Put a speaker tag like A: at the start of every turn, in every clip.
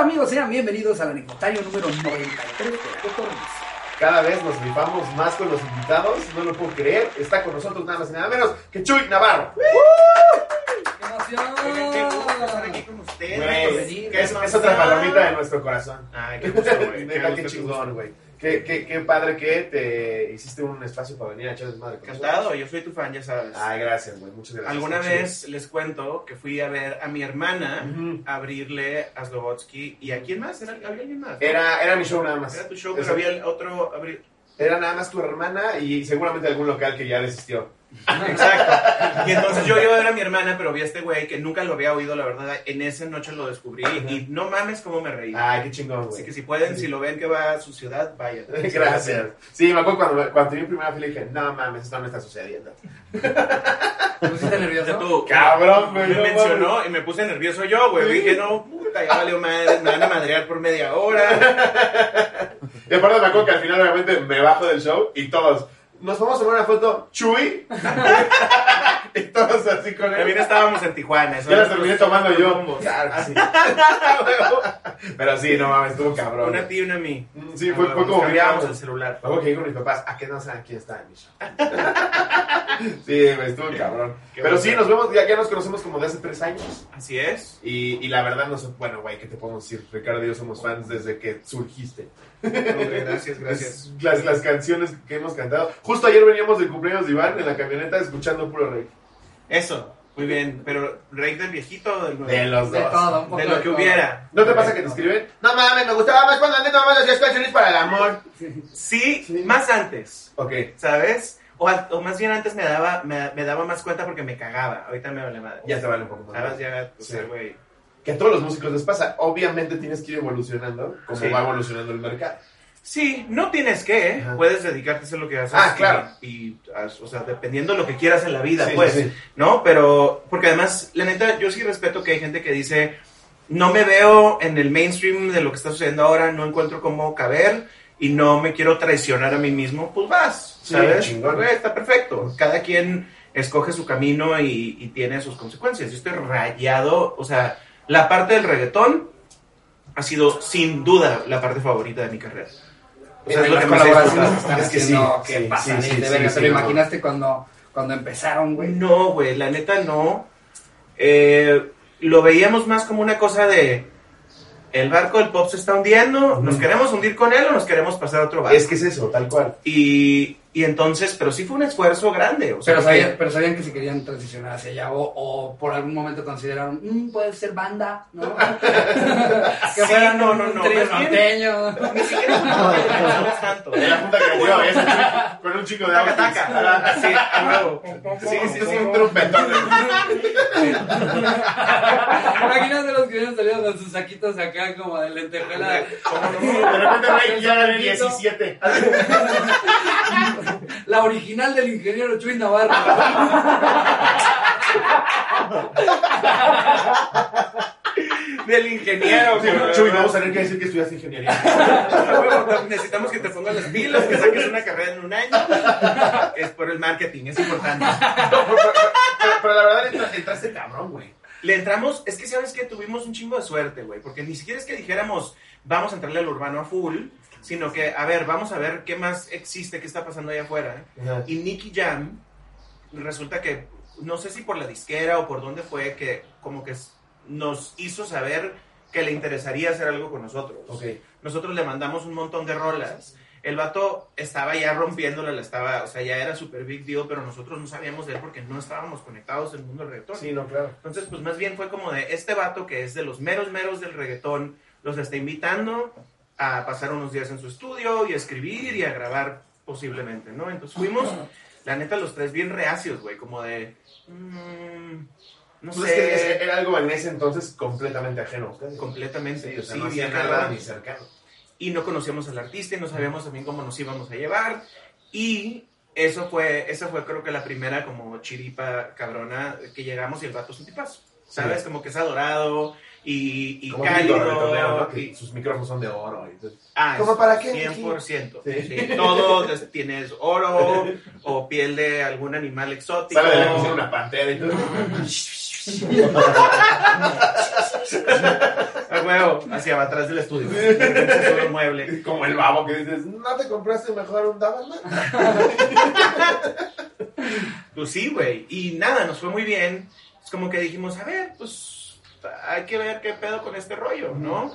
A: amigos, sean bienvenidos al anecdotario número 93 de la Cotorrisa.
B: Cada vez nos rifamos más con los invitados, no lo puedo creer. Está con nosotros nada más y nada menos que Chuy Navarro.
A: ¡Qué emoción!
C: Oigan, qué gusto estar aquí con ustedes.
B: Güey,
C: Pues,
A: bienvenido.
B: que
C: qué
B: es, es
C: emoción.
B: otra palomita de nuestro corazón.
C: Ay, qué gusto, güey. Qué,
B: Neta,
C: gusto,
B: qué
C: qué
B: chingón,
C: gusto.
B: güey. Qué, qué, qué padre que te hiciste un espacio para venir a echar desmadre. con
C: Encantado, yo soy tu fan, ya sabes.
B: nosotros. Ay, gracias, güey. Muchas gracias.
C: Alguna
B: Qué
C: vez les cuento que fui a ver a mi hermana
B: Ujú.
C: a abrirle a Slovotsky y a quién más, Era- había alguien más.
B: chido. Era, era mi show nada más.
C: Era tu show,
B: Eso.
C: pero había el otro. abri-
B: Era nada más tu hermana y seguramente algún local que ya desistió.
C: Exacto. Y entonces yo iba a ver a mi hermana, pero vi a este güey que nunca lo había oído, la verdad. En esa noche lo descubrí y no mames cómo me reí.
B: Ay, qué chingón, Ah, güey.
C: Así que si pueden, si lo ven que va a su ciudad, vayan.
B: Gracias. Sí, me acuerdo cuando, cuando te vi en primera fila dije, no mames, esto no está sucediendo.
A: ¿Te pusiste
C: O sea,
A: nervioso?
C: tú,
B: Cabrón,
C: me
B: güey. no mames.
C: mencionó y me puse nervioso yo, güey. Dije, no, puta, ya valió madre, me van a madrear por media hora.
B: Y aparte me acuerdo que al final obviamente me bajo del show y todos, nos vamos a tomar una foto, Chuy. y todos así con
C: También
B: él.
C: estábamos en Tijuana. eso
B: Ya las
C: es-
B: terminé tomando yo.
C: Claro que sí.
B: Pero sí, no mames, estuvo cabrón.
C: Una a ti, una a mí.
B: Mm, Sí, fue,
C: Ah,
B: fue como
C: nos cambiamos el
B: viamos.
C: celular.
B: Luego que con mis papás, a que no saben quién está en mi show. sí, güey, estuvo cabrón.
C: Qué
B: Pero
C: bueno.
B: sí, nos vemos, ya, ya nos conocemos como de hace tres años.
C: Así es.
B: Y, y la verdad, no sé, bueno, güey, ¿qué te puedo decir? Ricardo y yo somos fans desde que surgiste.
C: Hombre, gracias, gracias.
B: Es- Las, las canciones que hemos cantado. Justo ayer veníamos del cumpleaños de Iván en la camioneta escuchando puro rey.
C: Eso, muy bien. Pero, ¿rey del viejito o del nuevo?
B: De los
A: de
B: dos.
A: todo, un poco
C: De lo
A: de
C: que
A: todo.
C: hubiera.
B: ¿No te pasa que te escriben? No mames, me gustaba más cuando antes no mames hacías canciones para el amor.
A: Sí.
C: Sí,
B: Sí.
C: más antes,
B: Ok.
C: ¿sabes? O, a- o más bien antes me daba, me, me daba más cuenta porque me cagaba. Ahorita me vale madre.
B: Ya te vale un poco más.
C: ¿Sabes? Ya, o sea,
B: Sí.
C: güey.
B: Que a todos los músicos les pasa. Obviamente tienes que ir evolucionando como
C: Sí.
B: va evolucionando el mercado.
C: Sí, no tienes que, ¿eh?
B: Ajá.
C: puedes dedicarte a hacer lo que haces.
B: Ah, claro.
C: Y, y, as- o sea, dependiendo de lo que quieras en la vida,
B: Sí,
C: pues,
B: sí, sí.
C: ¿no? Pero, porque además, la neta, yo sí respeto que hay gente que dice, no me veo en el mainstream de lo que está sucediendo ahora, no encuentro cómo caber y no me quiero traicionar a mí mismo, pues vas,
B: Sí,
C: ¿sabes?
B: chingón.
C: Güey, está perfecto. Cada quien escoge su camino y, y tiene sus consecuencias. Yo estoy rayado, o sea, la parte del reggaetón ha sido sin duda la parte favorita de mi carrera. O sea, es lo
A: Las
C: que más he
A: colaboraciones que
C: disfrutado.
A: están
B: Es que sí,
A: haciendo,
B: sí,
A: que
B: sí,
A: pasan,
B: sí,
A: ¿eh? de
B: sí,
A: verga.
B: sí,
A: ¿Te lo
B: no.
A: imaginaste cuando, cuando empezaron, güey?
C: No, güey, la neta no. Eh, lo veíamos más como una cosa de el barco del pop se está hundiendo, nos
B: Mm.
C: queremos hundir con él o nos queremos pasar a otro barco.
B: Es que es eso, tal cual.
C: Y, y entonces, pero sí fue un esfuerzo grande. O sea,
A: Pero
C: porque-
A: sabían, pero sabían que si querían transicionar hacia allá o, o por algún momento consideraron, "Mm, puede ser banda, ¿no?
C: Sí,
A: que fueran
C: no,
A: un-
C: no,
A: un
C: no,
A: trío
C: más bien-
A: norteño.
C: Ni siquiera fue una cosa que pensamos tanto. ¿eh?
B: En la junta que metió, ese chico, con un chico de
C: Taca,
B: agua.
C: taca. Sí, a huevo.
B: Sí, sí, sí, un trompetón.
A: Imagínate los que hubieran salido con sus saquitos acá como de lentejuela,
B: De repente, güey, ya era el 17.
A: la original del ingeniero Chuy Navarro.
C: Del ingeniero.
B: Sí,
C: güey.
B: Chuy, vamos a tener que decir que estudiaste ingeniería.
C: A huevo, Necesitamos que te pongas las pilas, que saques una carrera en un año. Es por el marketing, es importante.
B: Pero, pero la verdad, entra- entraste cabrón, güey.
C: Le entramos, es que sabes que tuvimos un chingo de suerte, güey, porque ni siquiera es que dijéramos, vamos a entrarle al urbano a full, sino que, a ver, vamos a ver qué más existe, qué está pasando allá afuera. ¿eh? Y Nicky Jam, resulta que, no sé si por la disquera o por dónde fue, que como que s- nos hizo saber que le interesaría hacer algo con nosotros.
B: Ok.
C: Nosotros le mandamos un montón de rolas. El vato estaba ya rompiéndola, la estaba, o sea, ya era super big deal, pero nosotros no sabíamos de él porque no estábamos conectados en el mundo del reggaetón.
B: Sí, no, claro.
C: Entonces, pues más bien fue como de este vato que es de los meros meros del reggaetón, los está invitando a pasar unos días en su estudio y a escribir y a grabar posiblemente, ¿no? Entonces fuimos, la neta, los tres bien reacios, güey, como de... mm, no
B: Pues
C: sé,
B: es que es- era algo en ese entonces completamente ajeno a ustedes.
C: completamente.
B: Sí, o sea,
C: sí,
B: no había
C: bien
B: nada
C: raro.
B: ni cercano.
C: y no conocíamos al artista y no sabíamos también cómo nos íbamos a llevar. Y eso fue, esa fue creo que la primera como chiripa cabrona que llegamos y el vato es un tipazo. ¿Sabes?
B: Sí.
C: Como que es adorado y, y
B: Como
C: cálido.
B: típico reggaetonero, ¿no?
C: y-
B: Que sus micrófonos son de oro. y entonces-
C: ah,
B: ¿Cómo
C: es
B: para qué?
C: 100%.
B: Sí.
C: Sí, Todo des- tienes oro o piel de algún animal exótico.
B: Sale de la cocina una pantera y todo.
C: Ah, huevo, hacia atrás del estudio. Solo el mueble.
B: Como el babo que dices, ¿no te compraste mejor un Davala?
C: Pues sí, güey. Y nada, nos fue muy bien. Es como que dijimos, a ver, pues hay que ver qué pedo con este rollo, ¿no?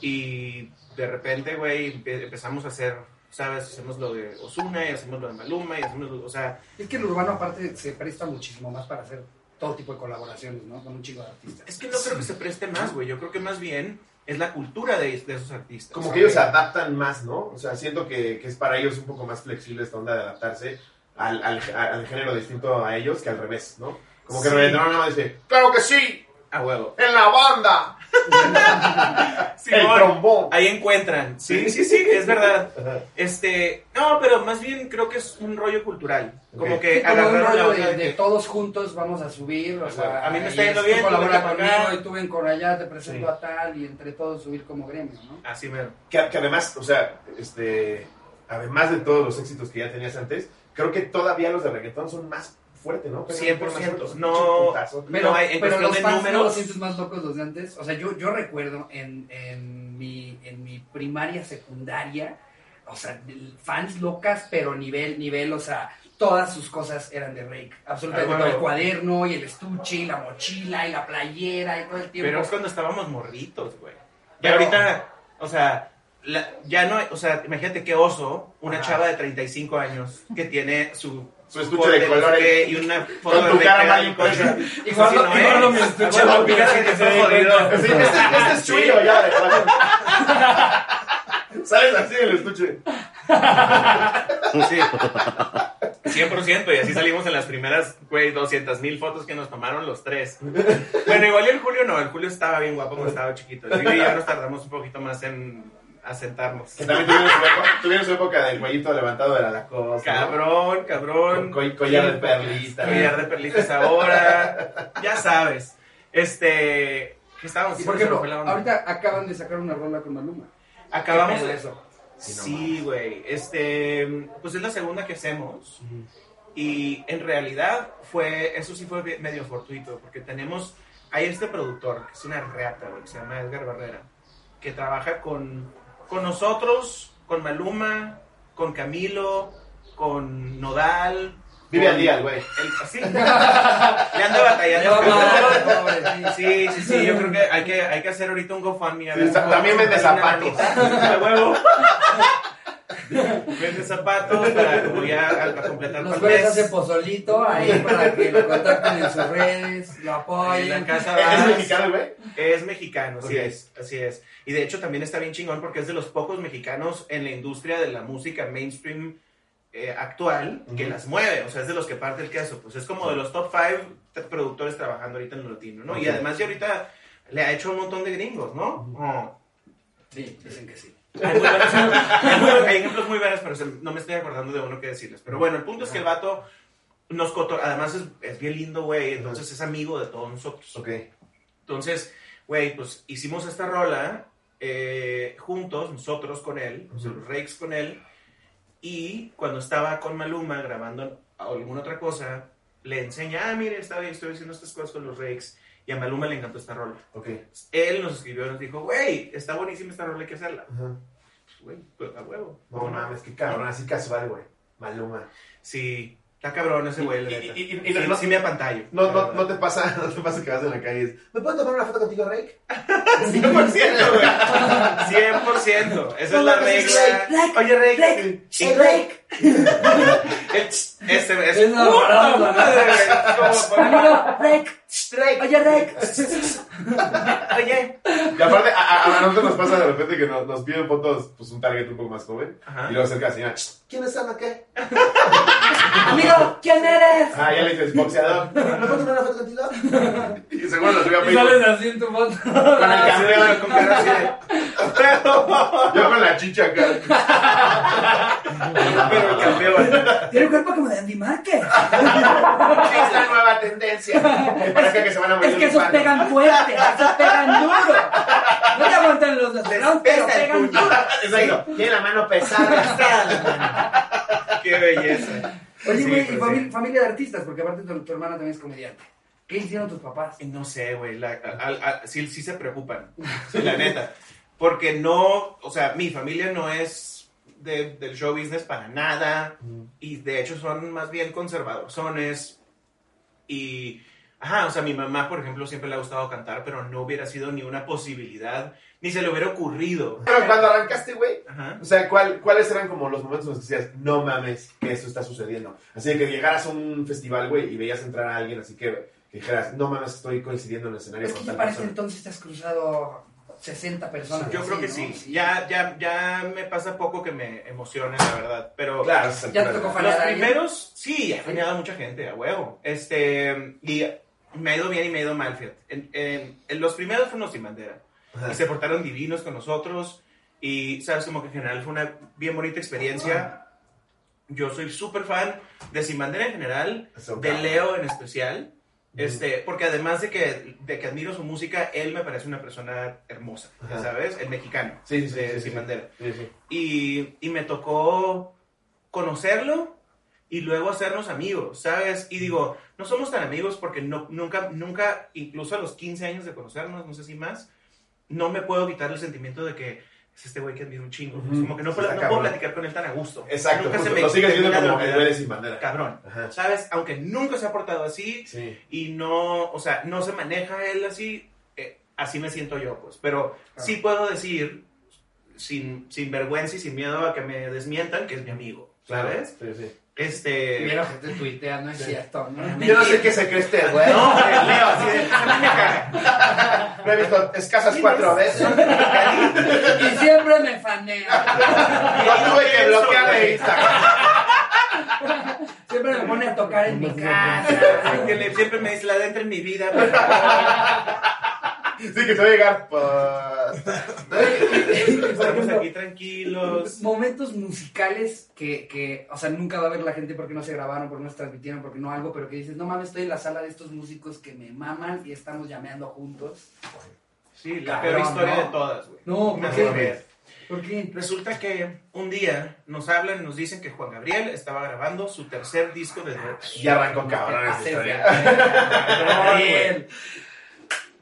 C: Y de repente, güey, empe- empezamos a hacer, ¿sabes? Hacemos lo de Osuna y hacemos lo de Maluma y hacemos lo, o sea,
A: Es que el urbano aparte se presta muchísimo más para hacer todo tipo de colaboraciones, ¿no? Con un chico de artistas.
C: es que no creo que se preste más, güey. Yo creo que más bien es la cultura de, de esos artistas. Ah,
B: Como que ellos se adaptan más, ¿no? O sea, siento que, que es para ellos un poco más flexible esta onda de adaptarse al, al, al género distinto a ellos que al revés, ¿no? Como que
C: Sí.
B: el reggaetonero nada más dice, ¡Claro que sí!
C: A huevo.
B: ¡En la banda! ¡El
C: Simón,
B: trombón!
C: Ahí encuentran. Sí, sí, sí, es verdad. Este, no, pero más bien creo que es un rollo cultural. Como
B: Ok.
C: que
A: Sí, como un
C: agarraron la
A: rollo
C: onda
A: de,
C: de
A: de
C: que-
A: todos juntos vamos a subir, o sea,
C: A mí me está
A: y
C: yendo
A: es,
C: bien,
A: tú
C: tú
A: colabora
C: vente para
A: conmigo
C: acá.
A: y tú ven con allá, te presento
C: Sí.
A: a tal y entre todos subir como gremio, ¿no?
C: Así mero.
B: Que, que además, o sea, este, además de todos los éxitos que ya tenías antes, creo que todavía los de reggaetón son más fuertes, ¿no? Pegan
C: 100%,
B: más fuerte.
C: no.
B: Putazo.
A: Pero,
C: No, hay- en
A: pero
C: cuestión
A: los
C: de
A: fans no
C: números-
A: los sientes más locos los de antes. O sea, yo, yo recuerdo en, en, mi, en mi primaria, secundaria, o sea, fans locas, pero nivel, nivel, o sea, todas sus cosas eran de Rake. Absolutamente
C: Ah,
A: todo.
C: bueno.
A: El cuaderno y el estuche y la mochila y la playera y todo el tiempo.
C: Pero es cuando estábamos morritos, güey. Y
A: Pero-
C: ahorita, o sea, la- ya no, o sea, imagínate qué oso, una
A: Ajá.
C: chava de 35 años que tiene su...
B: Su estuche de
C: no sé
B: colores.
C: qué, Y una foto
B: tu
C: de
B: cara mal
C: Rey Pegado en
B: impresa.
C: contra.
A: Y guardo-
C: Así
A: y
C: es.
A: guardo mi estuche
C: Chavo,
A: mal impresa
C: fíjate
A: que
C: que
A: se
C: se
A: ve
C: jodido.
B: Sí, este, este es chulo ya, de corazón. Sales así del estuche.
C: Sí. 100%, y así salimos en las primeras, güey, 200 mil fotos que nos tomaron los tres. Bueno, igual y el Julio no, el Julio estaba bien guapo cuando estaba chiquito. El Julio y yo nos tardamos un poquito más en asentarnos.
B: Que también tuvieron su, época, tuvieron su época del cuellito levantado de la Lacoste. ¿no?
C: Cabrón, cabrón.
B: Co- co- collar de perlita.
C: Collar de perlitas ahora. ya sabes. Este. ¿Qué estábamos
A: Y por
C: diciendo? Se
A: ejemplo,
C: me fue la onda.
A: ahorita acaban de sacar una rola con Maluma.
C: acabamos
A: ¿Qué pedo
C: de
A: eso.
C: Sí, güey. Este. Pues es la segunda que hacemos. Y en realidad fue. Eso sí fue medio fortuito. Porque tenemos. Hay este productor que es una reata, güey. Que se llama Edgar Barrera. Que trabaja con. Con nosotros, con Maluma, con Camilo, con Nodal.
B: Vive
C: con-
B: al día, el güey.
C: El, sí. Le anda batallando.
A: No,
C: cabrón.
A: pobre, sí.
C: Sí, sí, sí, yo creo que hay que, hay que hacer ahorita un GoFundMe. a
B: Sí,
C: ver,
B: sa- también vende
C: una
B: zapatos.
C: manita, a huevo. Vende zapatos para apoyar, al- para completar
A: Los
C: tal
A: güeyes
C: vez.
A: hace pozolito ahí para que lo contacten en sus redes, lo
C: Ahí en la
A: apoyen.
C: casa
B: ¿Es
C: vas.
B: mexicano, el güey?
C: Es mexicano, así
B: Ok.
C: es, así es. Y de hecho también está bien chingón porque es de los pocos mexicanos en la industria de la música mainstream eh, actual que
B: Ujú.
C: las mueve, o sea, es de los que parte el queso. Pues es como de los top five t- productores trabajando ahorita en lo latino, ¿no?
B: Ok.
C: Y además ya ahorita le ha hecho un montón de gringos, ¿no? Oh.
A: Sí, dicen que sí.
C: Hay, muy buenos- hay muy- hay ejemplos muy buenos, pero se- no me estoy acordando de uno que decirles. Pero bueno, el punto es que el vato nos cotor... Además es, es bien lindo, güey, entonces es amigo de todos nosotros.
B: Ok.
C: Entonces, güey, pues hicimos esta rola eh, juntos, nosotros con él, o sea,
B: Ujú.
C: los Rakes con él, y cuando estaba con Maluma grabando alguna otra cosa, le enseña, ah, mire, está bien, estoy haciendo estas cosas con los Rakes, y a Maluma le encantó esta rola.
B: Ok.
C: Él nos escribió y nos dijo, güey, está buenísima esta rola, hay que hacerla.
B: Ajá.
C: Pues, Güey, pues, a huevo.
B: No mames, qué cabrón, así casual, güey. Maluma.
C: Sí, está cabrón ese güey, la
B: Y-
C: neta.
B: y- y- y-
C: Sí,
B: no-
C: sí me apantallo.
B: No,
C: la
B: no,
C: verdad.
B: no te pasa, no te pasa que vas en la calle y dices, ¿me puedo tomar una foto contigo, Rake?
C: 100%, güey. 100%. Esa es la regla. Oye, Rake. Sí. El ch- este, Ese, ese.
A: Es una barata, ¿no?
C: Como-
A: Oye, Rek.
C: Oye.
B: Y aparte, a, a- a nosotros nos pasa de repente que nos, nos piden fotos, pues un target un poco más joven.
C: Ajá.
B: Y luego acerca la señora, "Ch, ¿quién es Ana qué?
A: Amigo, ¿quién eres?
B: Ah, ya le dices, boxeador. ¿Me puedo tomar una foto contigo? Y seguro lo subí a
A: Y Ah, sales
B: Facebook.
A: así en tu foto.
B: Con el campeón,
C: Con cara así de-
B: yo con la chicha acá.
C: Pero el campeón.
A: Tiene un cuerpo como de Andy Márquez.
B: Es la nueva tendencia. Que parezca que se van a morir
A: Es que esos
B: ocupando.
A: pegan fuerte, esos pegan duro. No te aguantan los laterales, pero
C: Pesa el
A: pegan
C: puño.
A: duro.
B: Exacto. Tiene la mano pesada.
C: Qué belleza.
A: Oye,
C: Sí,
A: güey, y
C: pero sí.
A: fami- familia de artistas, porque aparte tu, tu hermana también es comediante. ¿Qué hicieron tus papás?
C: No sé, güey. la- al- al- Sí, sí se preocupan. sí, la neta. Porque no, o sea, mi familia no es de- del show business para nada. Y de hecho son más bien conservadorzones. Y, ajá, o sea, mi mamá, por ejemplo, siempre le ha gustado cantar, pero no hubiera sido ni una posibilidad, ni se le hubiera ocurrido.
B: Pero cuando arrancaste, güey,
C: Ajá.
B: o sea, ¿cuál- ¿cuáles eran como los momentos en los que decías, no mames, que esto está sucediendo? Así de que llegaras a un festival, güey, y veías entrar a alguien, así que, que dijeras, no mames, estoy coincidiendo en el escenario
A: Es que
B: con
A: ya
B: tal
A: para ese
B: persona.
A: entonces te has cruzado 60 personas.
C: Yo
A: así,
C: creo que
A: ¿no?
C: sí. Ya, ya, ya me pasa poco que me emocione, la verdad. Pero
B: Claro, ese es el
A: Ya te
B: problema.
A: tocó
C: Los
A: ¿Fanear a alguien?
C: primeros, sí, ya he faneado a mucha gente, a huevo. Este, y me ha ido bien y me ha ido mal, fíjate. En, en- en los primeros fueron los sin bandera.
B: Ajá.
C: Y se portaron divinos con nosotros. Y, sabes, como que en general fue una bien bonita experiencia. Yo soy súper fan de Sin Bandera en general,
B: Eso,
C: de
B: cabrón.
C: Leo en especial.
B: Ujú.
C: Este, porque además de que, de que admiro su música, él me parece una persona hermosa, ya
B: Ajá.
C: ¿sabes? El mexicano,
B: Sí, sí, sí,
C: de
B: sí,
C: Sin
B: sí.
C: Bandera
B: Sí, sí.
C: y, y me tocó conocerlo y luego hacernos amigos, ¿sabes? Y digo, no somos tan amigos porque no, nunca, nunca, incluso a los 15 años de conocernos, no sé si más, no me puedo quitar el sentimiento de que es este güey que admiro un chingo.
B: Ujú.
C: Es como que no,
B: Sí,
C: puedo-
B: está
C: no
B: cabrón.
C: puedo platicar con él tan a gusto.
B: Exacto,
C: Nunca
B: justo,
C: se me
B: lo sigues viendo
C: termina de
B: como el
C: olvidar.
B: duele sin bandera.
C: Cabrón,
B: Ajá.
C: ¿sabes? Aunque nunca se ha portado así,
B: Sí.
C: y no, o sea, no se maneja él así, eh, así me siento yo, pues. Pero
A: Claro.
C: sí puedo decir, sin, sin vergüenza y sin miedo a que me desmientan, que es mi amigo, ¿sabes?
B: Sí, sí.
C: Este...
A: Mira, gente tuitea, no es
B: Sí.
A: cierto. ¿no?
B: Yo no sé qué se cree este, güey.
C: No, güey, Leo, así de, a mí me caga.
B: Lo he visto escasas cuatro veces.
A: Y siempre me fanea.
B: No tuve que bloquear de Instagram.
A: Siempre me pone a tocar en mi casa.
C: Que le- siempre me dice, la entra en mi vida, por favor.
B: Sí, que te voy a llegar. Pues...
A: Por
C: estamos
A: ejemplo,
C: aquí tranquilos.
A: Momentos musicales que, que, o sea, nunca va a ver la gente porque no se grabaron, porque no se transmitieron, porque no algo, pero que dices, no mames, estoy en la sala de estos músicos que me maman y estamos llameando juntos.
C: Sí, la
A: Cabrón,
C: peor historia
A: ¿no?
C: de todas, güey.
A: No,
C: Una
A: ¿por qué?
C: vez.
A: ¿Por qué?
C: Resulta que un día nos hablan y nos dicen que Juan Gabriel estaba grabando su tercer disco de duetos.
B: Ya van con cabrón esa
A: Haces
B: historia.
A: ya. Bien.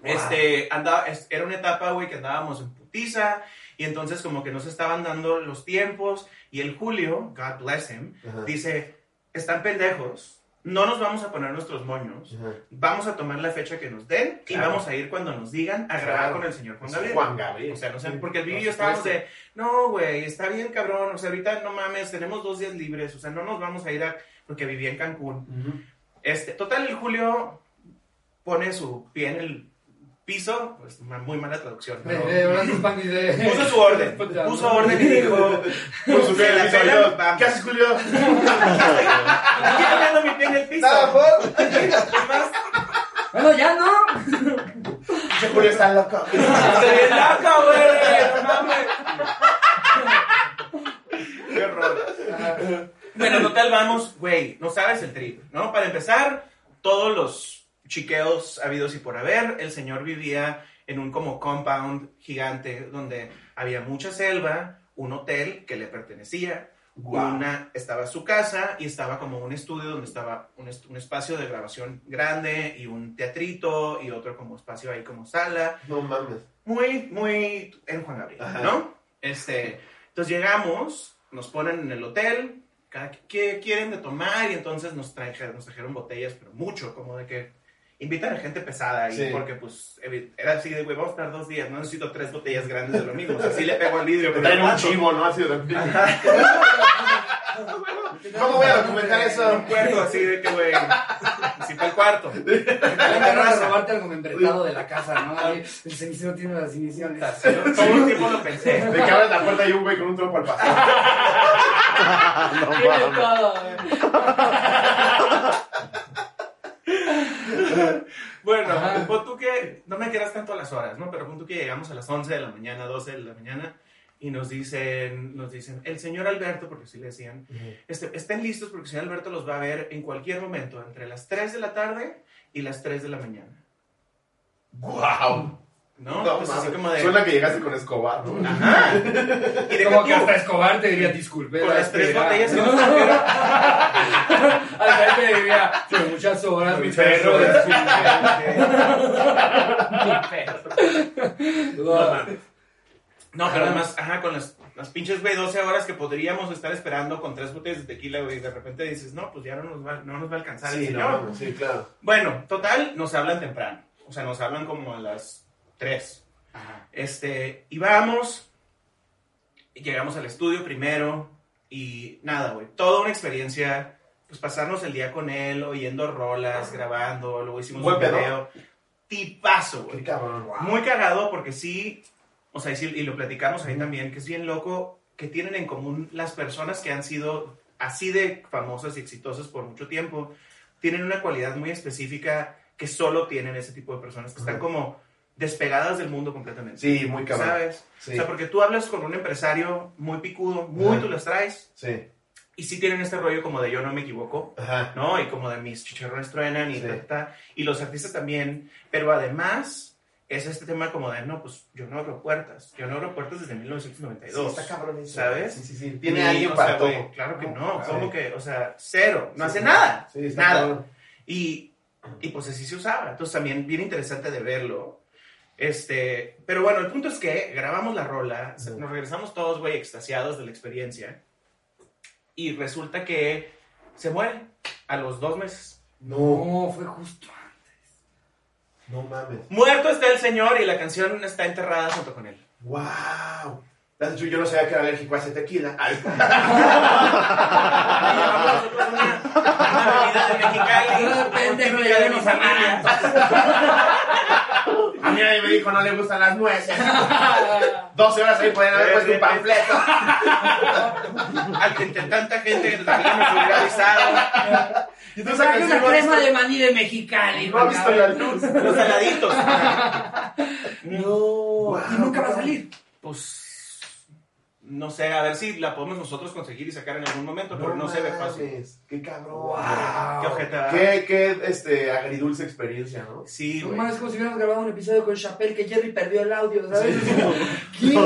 C: Este, andaba, es- era una etapa, güey, que andábamos en putiza y entonces como que no se estaban dando los tiempos y el Julio, God bless him,
B: Ajá.
C: dice, están pendejos, no nos vamos a poner nuestros moños,
B: Ajá.
C: vamos a tomar la fecha que nos den y
B: Claro.
C: vamos a ir cuando nos digan a grabar
B: Claro.
C: con el señor Juan
B: Es
C: Gabriel.
B: Juan Gabriel.
C: O sea, no sé, porque el
B: Por
C: video yo estábamos de, no, güey, está bien cabrón, o sea, ahorita no mames, tenemos dos días libres, o sea, no nos vamos a ir a, porque vivía en Cancún.
B: Ujú.
C: Este, total, el Julio pone su pie en el piso, pues ma- muy mala traducción,
D: Eh,
C: pero
A: De brazos pan y de-
C: puso su orden,
D: Pues
A: Puta,
C: puso orden y dijo,
B: Por su
C: "Se
B: pie en
C: la
B: el piso,
C: pelan,
B: yo,
C: vamos".
B: ¿Qué haces, Julio?
C: Aquí poniendo mi pie en el piso.
B: Nada, por.
C: Además,
A: Bueno, ya no.
B: Ese Julio está loco.
C: ¡Se bien loco, güey! ¡No mames! ¡Qué horror! Bueno, total, vamos, güey, no sabes el trip, ¿no? Para empezar, todos los chiqueos habidos y por haber, el señor vivía en un como compound gigante donde había mucha selva, un hotel que le pertenecía,
B: Guau.
C: una estaba su casa y estaba como un estudio donde estaba un, est- un espacio de grabación grande y un teatrito y otro como espacio ahí como sala
B: No mames.
C: muy, muy en Juan Gabriel,
B: Ajá.
C: ¿no? Este, entonces llegamos, nos ponen en el hotel, cada que quieren de tomar y entonces nos, traje- nos trajeron botellas, pero mucho, como de que invitan a gente pesada y
B: Sí.
C: porque pues evi- era así de, güey, vamos a estar dos días, no necesito tres botellas grandes de lo mismo, o sea, sí le pego al vidrio,
B: Te
C: pero
B: traen
C: no
B: un
C: tanto.
B: chivo, ¿no? Así de ¿Cómo voy a documentar eso?
C: un cuerpo así de que, güey, visita el cuarto.
A: Van a agarrar a robarte algo membretado de la casa, ¿no? Ahí, El cenicero tiene las iniciales.
C: Todo el tiempo lo pensé.
B: De que abres la puerta y un güey con un trompo al pasar.
A: Tiene todo, eh. güey.
C: Bueno, pues
A: Ajá.
C: pon tú que, no me quedas tanto a las horas, ¿no? Pero pon tú que llegamos a las 11 de la mañana, 12 de la mañana, y nos dicen, nos dicen, el señor Alberto, porque sí le decían, este, estén listos porque el señor Alberto los va a ver en cualquier momento, entre las 3 de la tarde y las 3 de la mañana.
B: ¡Guau!
C: ¿no?
B: No,
C: Entonces, así
B: mames.
C: como de...
B: Suena que llegaste con Escobar, ¿no?
C: Ajá. Y deja
D: Como
C: tú,
D: que hasta Escobar te diría, disculpe.
C: Con
D: la
C: las tres
D: espera".
C: botellas que
D: No,
C: nos
D: no, no. Al final te diría, "Por muchas horas, mi
B: Muchas
D: perro.
B: horas.
D: disculpe".
B: Ah,
C: No, pero además, ajá, con las, las pinches, güey, 12 horas que podríamos estar esperando con tres botellas de tequila, güey, de repente dices, no, pues ya no nos va, Ah, no nos va a alcanzar el
B: Sí, no,
C: señor.
B: mames, sí, claro.
C: Bueno, total, nos hablan temprano. O sea, nos hablan como a las 3.
D: Ajá.
C: Este, y vamos, y llegamos al estudio primero, y nada, güey, toda una experiencia, pues pasarnos el día con él, oyendo rolas, grabando, luego hicimos
B: Buen
C: un
B: pedo.
C: video. Tipazo, güey.
B: Qué cabrón, guau.
C: Muy cagado porque sí, o sea, y, sí- y lo platicamos ahí también, que es bien loco que tienen en común las personas que han sido así de famosas y exitosas por mucho tiempo, tienen una cualidad muy específica que solo tienen ese tipo de personas, que están
B: Ujú.
C: como despegadas del mundo completamente.
B: Sí, muy cabrón.
C: ¿Sabes?
B: Sí.
C: O sea, porque tú hablas con un empresario muy picudo, muy
B: Ajá.
C: tú las traes,
B: Sí.
C: y sí tienen este rollo como de yo no me equivoco,
B: Ajá.
C: ¿no? Y como de mis chicharrones truenan y
B: Sí.
C: ta, ta, y los artistas también, pero además es este tema como de, no, pues yo no abro puertas, yo no abro puertas desde 1992.
B: Sí, está cabrón eso.
C: ¿Sabes?
B: Sí, sí, sí. Tiene
C: Ni,
B: alguien
C: o
B: para
C: sea,
B: todo.
C: güey, Claro que no,
B: claro.
C: como que, o sea, cero, no
B: Sí,
C: hace
B: sí.
C: nada,
B: Sí, está
C: nada.
B: cabrón.
C: Y, y pues así se usaba. Entonces también bien interesante de verlo. Este, pero bueno, el punto es que grabamos la rola, se-
B: Ujú.
C: nos regresamos todos, güey, extasiados de la experiencia. Y resulta que se muere a los dos meses.
B: No,
D: No, fue justo.
B: no mames.
C: Muerto está el señor y la canción está enterrada junto con él.
B: Wow. De hecho, yo no sabía que era alérgico a ese tequila. Ay.
C: Y llevamos nosotros una, una bebida de Mexicali.
D: Ah, pendejo,
C: típica
D: le
C: de
D: dimos
C: mi
D: a
C: familia.
B: A mí nadie me dijo no le gustan las nueces. 12 horas ahí pueden haber puesto un panfleto.
C: Al- Entre tanta gente que también nos hubiera avisado.
B: Y
D: Me traje una crema de maní de Mexicali.
B: No ha visto la luz.
C: Los heladitos.
D: No. Y Ah, nunca va a salir.
C: Pues no sé, a ver si la podemos nosotros conseguir y sacar en algún momento, pero no, se ve fácil.
B: mames, Qué cabrón.
D: Wow.
C: Qué ojete, ¿verdad?
B: Qué, qué este, agridulce experiencia, ¿no?
C: Sí,
D: No
C: güey.
D: mames, como si hubiéramos grabado un episodio con Chappelle que Jerry perdió el audio, ¿sabes? ¿Qué?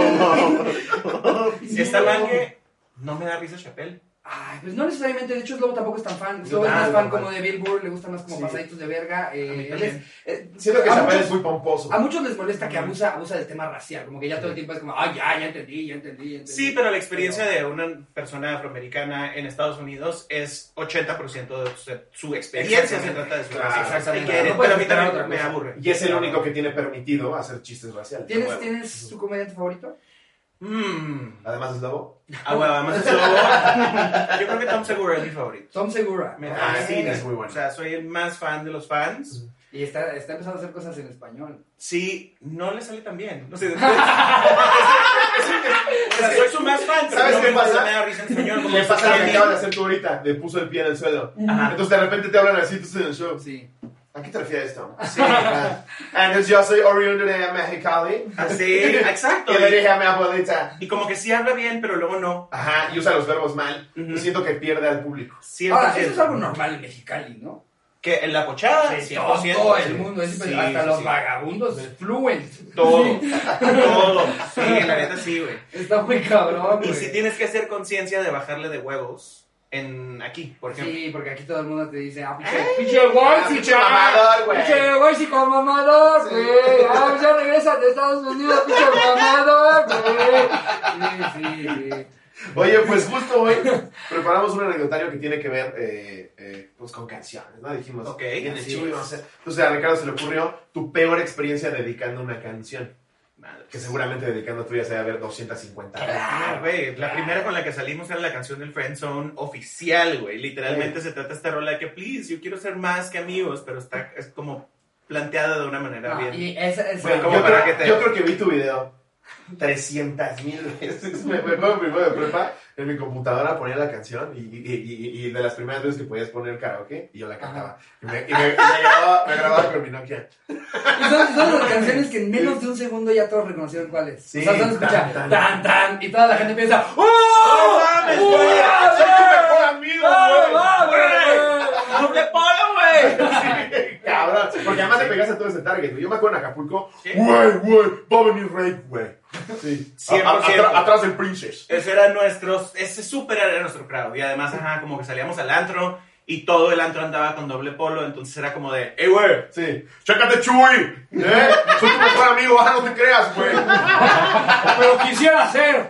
C: Esta mangue no me da risa Chapel.
D: Ay, pues no necesariamente, de hecho Slobo tampoco es tan fan. Slobo
B: Yo-
D: es
B: ah,
D: más
B: no,
D: fan
B: no.
D: como de Billboard, le gustan más como
B: Sí.
D: pasaditos de verga.
C: A mí
D: eh, él
C: también.
D: es- eh,
B: Siento que
D: a
B: Zapel
D: muchos-
B: es muy pomposo.
D: A muchos les molesta que abusa, abusa del tema racial, como que ya todo el tiempo es como, ay, ya, ya entendí, ya entendí, ya entendí.
C: Sí, pero la experiencia de una persona afroamericana en Estados Unidos es 80% de su, su experiencia se trata de su
B: Claro,
C: raza.
D: exactamente.
C: Y que-
D: No puedes
C: pero a mí
D: esperar
C: también
D: otra
C: me
D: cosa.
C: aburre.
B: Y es el único que tiene permitido hacer chistes raciales.
D: ¿Tienes,
B: Bueno,
D: ¿Tienes tu comediante favorito?
C: Mmm.
B: Además es lobo.
C: Ah, bueno, además eso. Yo creo que Tom Segura es mi favorito.
D: Tom Segura.
C: Me
B: Ah, sí,
C: fascina.
B: es muy bueno.
C: O sea, soy el más fan de los fans.
D: Y está, está empezando a hacer cosas en español.
C: Sí, no le sale tan bien. No sé. es- es- es- o sea, soy su más fan, pero
B: ¿Sabes
C: no
B: qué
C: me-
B: pasa?
C: me da risa en español. como
B: Le pasa lo que
C: Kenny.
B: acabas de hacer tú ahorita. Le puso el pie en el suelo.
C: Ajá.
B: Entonces de repente te hablan así, tú estás en el show.
D: Sí.
B: ¿A qué te refieres esto?
C: Sí.
B: Ah, Entonces yo soy oriundo de Mexicali.
C: Así, exacto.
B: Y le
C: Y,
B: dije a mi abuelita.
C: y como que sí habla bien, pero luego no.
B: Ajá, y usa los verbos mal.
C: Ujú.
B: Y siento que pierde al público.
C: 100%.
D: Ahora, eso es algo normal en Mexicali, ¿no?
C: Que en la pochada,
D: Sí,
C: 100%.
D: todo el
C: sí.
D: mundo, es-
C: Sí,
D: hasta
C: sí,
D: los
C: sí.
D: vagabundos, fluent.
C: Todo, todo. Sí, la neta sí, güey.
D: Está muy cabrón,
C: Y
D: güey.
C: si tienes que hacer conciencia de bajarle de huevos en aquí, por ejemplo.
D: Sí, porque aquí todo el mundo te dice, ah, pinche, pinche Wolsey,
B: pinche
D: chaval.
B: mamador, güey.
D: Pinche Wolsey con mamador,
B: Sí.
D: güey. Ah, pues ya regresa de Estados Unidos, pinche mamador, güey. Sí, sí, sí.
B: Oye, pues justo hoy preparamos un anecdotario que tiene que ver eh, eh, pues con canciones, ¿no? Dijimos,
C: Ok,
B: en el
D: así
B: chivo
D: es.
B: vamos a hacer. Entonces a Ricardo se le ocurrió tu peor experiencia dedicando una canción,
C: Madre.
B: que seguramente dedicando tú ya se debe haber 250.
C: Ah, güey, la primera con la que salimos era la canción del Friend Zone oficial, güey. Literalmente se trata esta rola de que, please, yo quiero ser más que amigos, pero está es como planteada de una manera
D: No,
C: bien.
D: y esa, esa,
B: Bueno,
C: ¿cómo
B: yo,
C: para
B: creo,
C: que te-
B: yo creo que vi tu video 300 mil veces. Me me acuerdo primero de prepa, en mi computadora ponía la canción y, y- y- y de las primeras veces que podías poner karaoke, y yo la cantaba. Y me, y me- y me grababa, me grababa con mi Nokia.
D: Y son, son las canciones que en menos de un segundo ya todos reconocieron cuáles.
B: Ah, Sí,
D: o sea, solo escucha
B: tan, tan.
D: tan, tan, y toda la gente piensa, ¡Oh!
C: ¡No mames, güey!
D: ¡Ah,
B: ¡Soy tu mejor amigo,
D: ¡Ah,
B: güey!
D: ah, güey!
C: doble polo, güey.
B: Cabrón, porque además te pegaste a todo ese target, güey. Yo me acuerdo en Acapulco,
C: Sí.
B: güey, güey, va a venir rape, güey. Sí. A- a-
C: 100%.
B: atra- atrás del princess.
C: Ese era nuestro, ese súper era nuestro crowd. Y además, ajá, como que salíamos al antro y todo el antro andaba con doble polo. Entonces era como de, ¡Ey, güey!
B: Sí. ¡Chécate, Chuy! ¿Eh? Soy tu mejor amigo, ah, no te creas, güey.
E: Pero quisiera ser.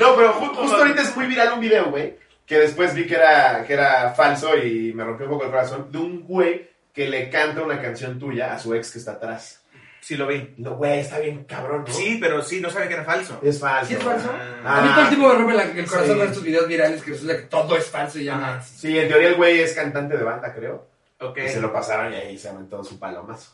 B: No, pero ju- justo ahorita es muy viral un video, güey, que después vi que era, que era falso y me rompió un poco el corazón, de un güey que le canta una canción tuya a su ex que está atrás.
C: Sí, lo vi.
B: No, güey, está bien cabrón, ¿no?
C: Sí, pero sí, no sabía que era falso.
B: Es falso.
D: ¿Sí es falso?
C: Ah,
D: A mí todo el
B: Ah,
D: tiempo me rompe la- el corazón
B: Sí.
D: con estos videos virales que resulta que todo es falso y ya
C: Ajá.
D: nada.
B: sí, en teoría el güey es cantante de banda, creo.
C: ok.
B: Y se lo pasaron y ahí se aventó su palomazo.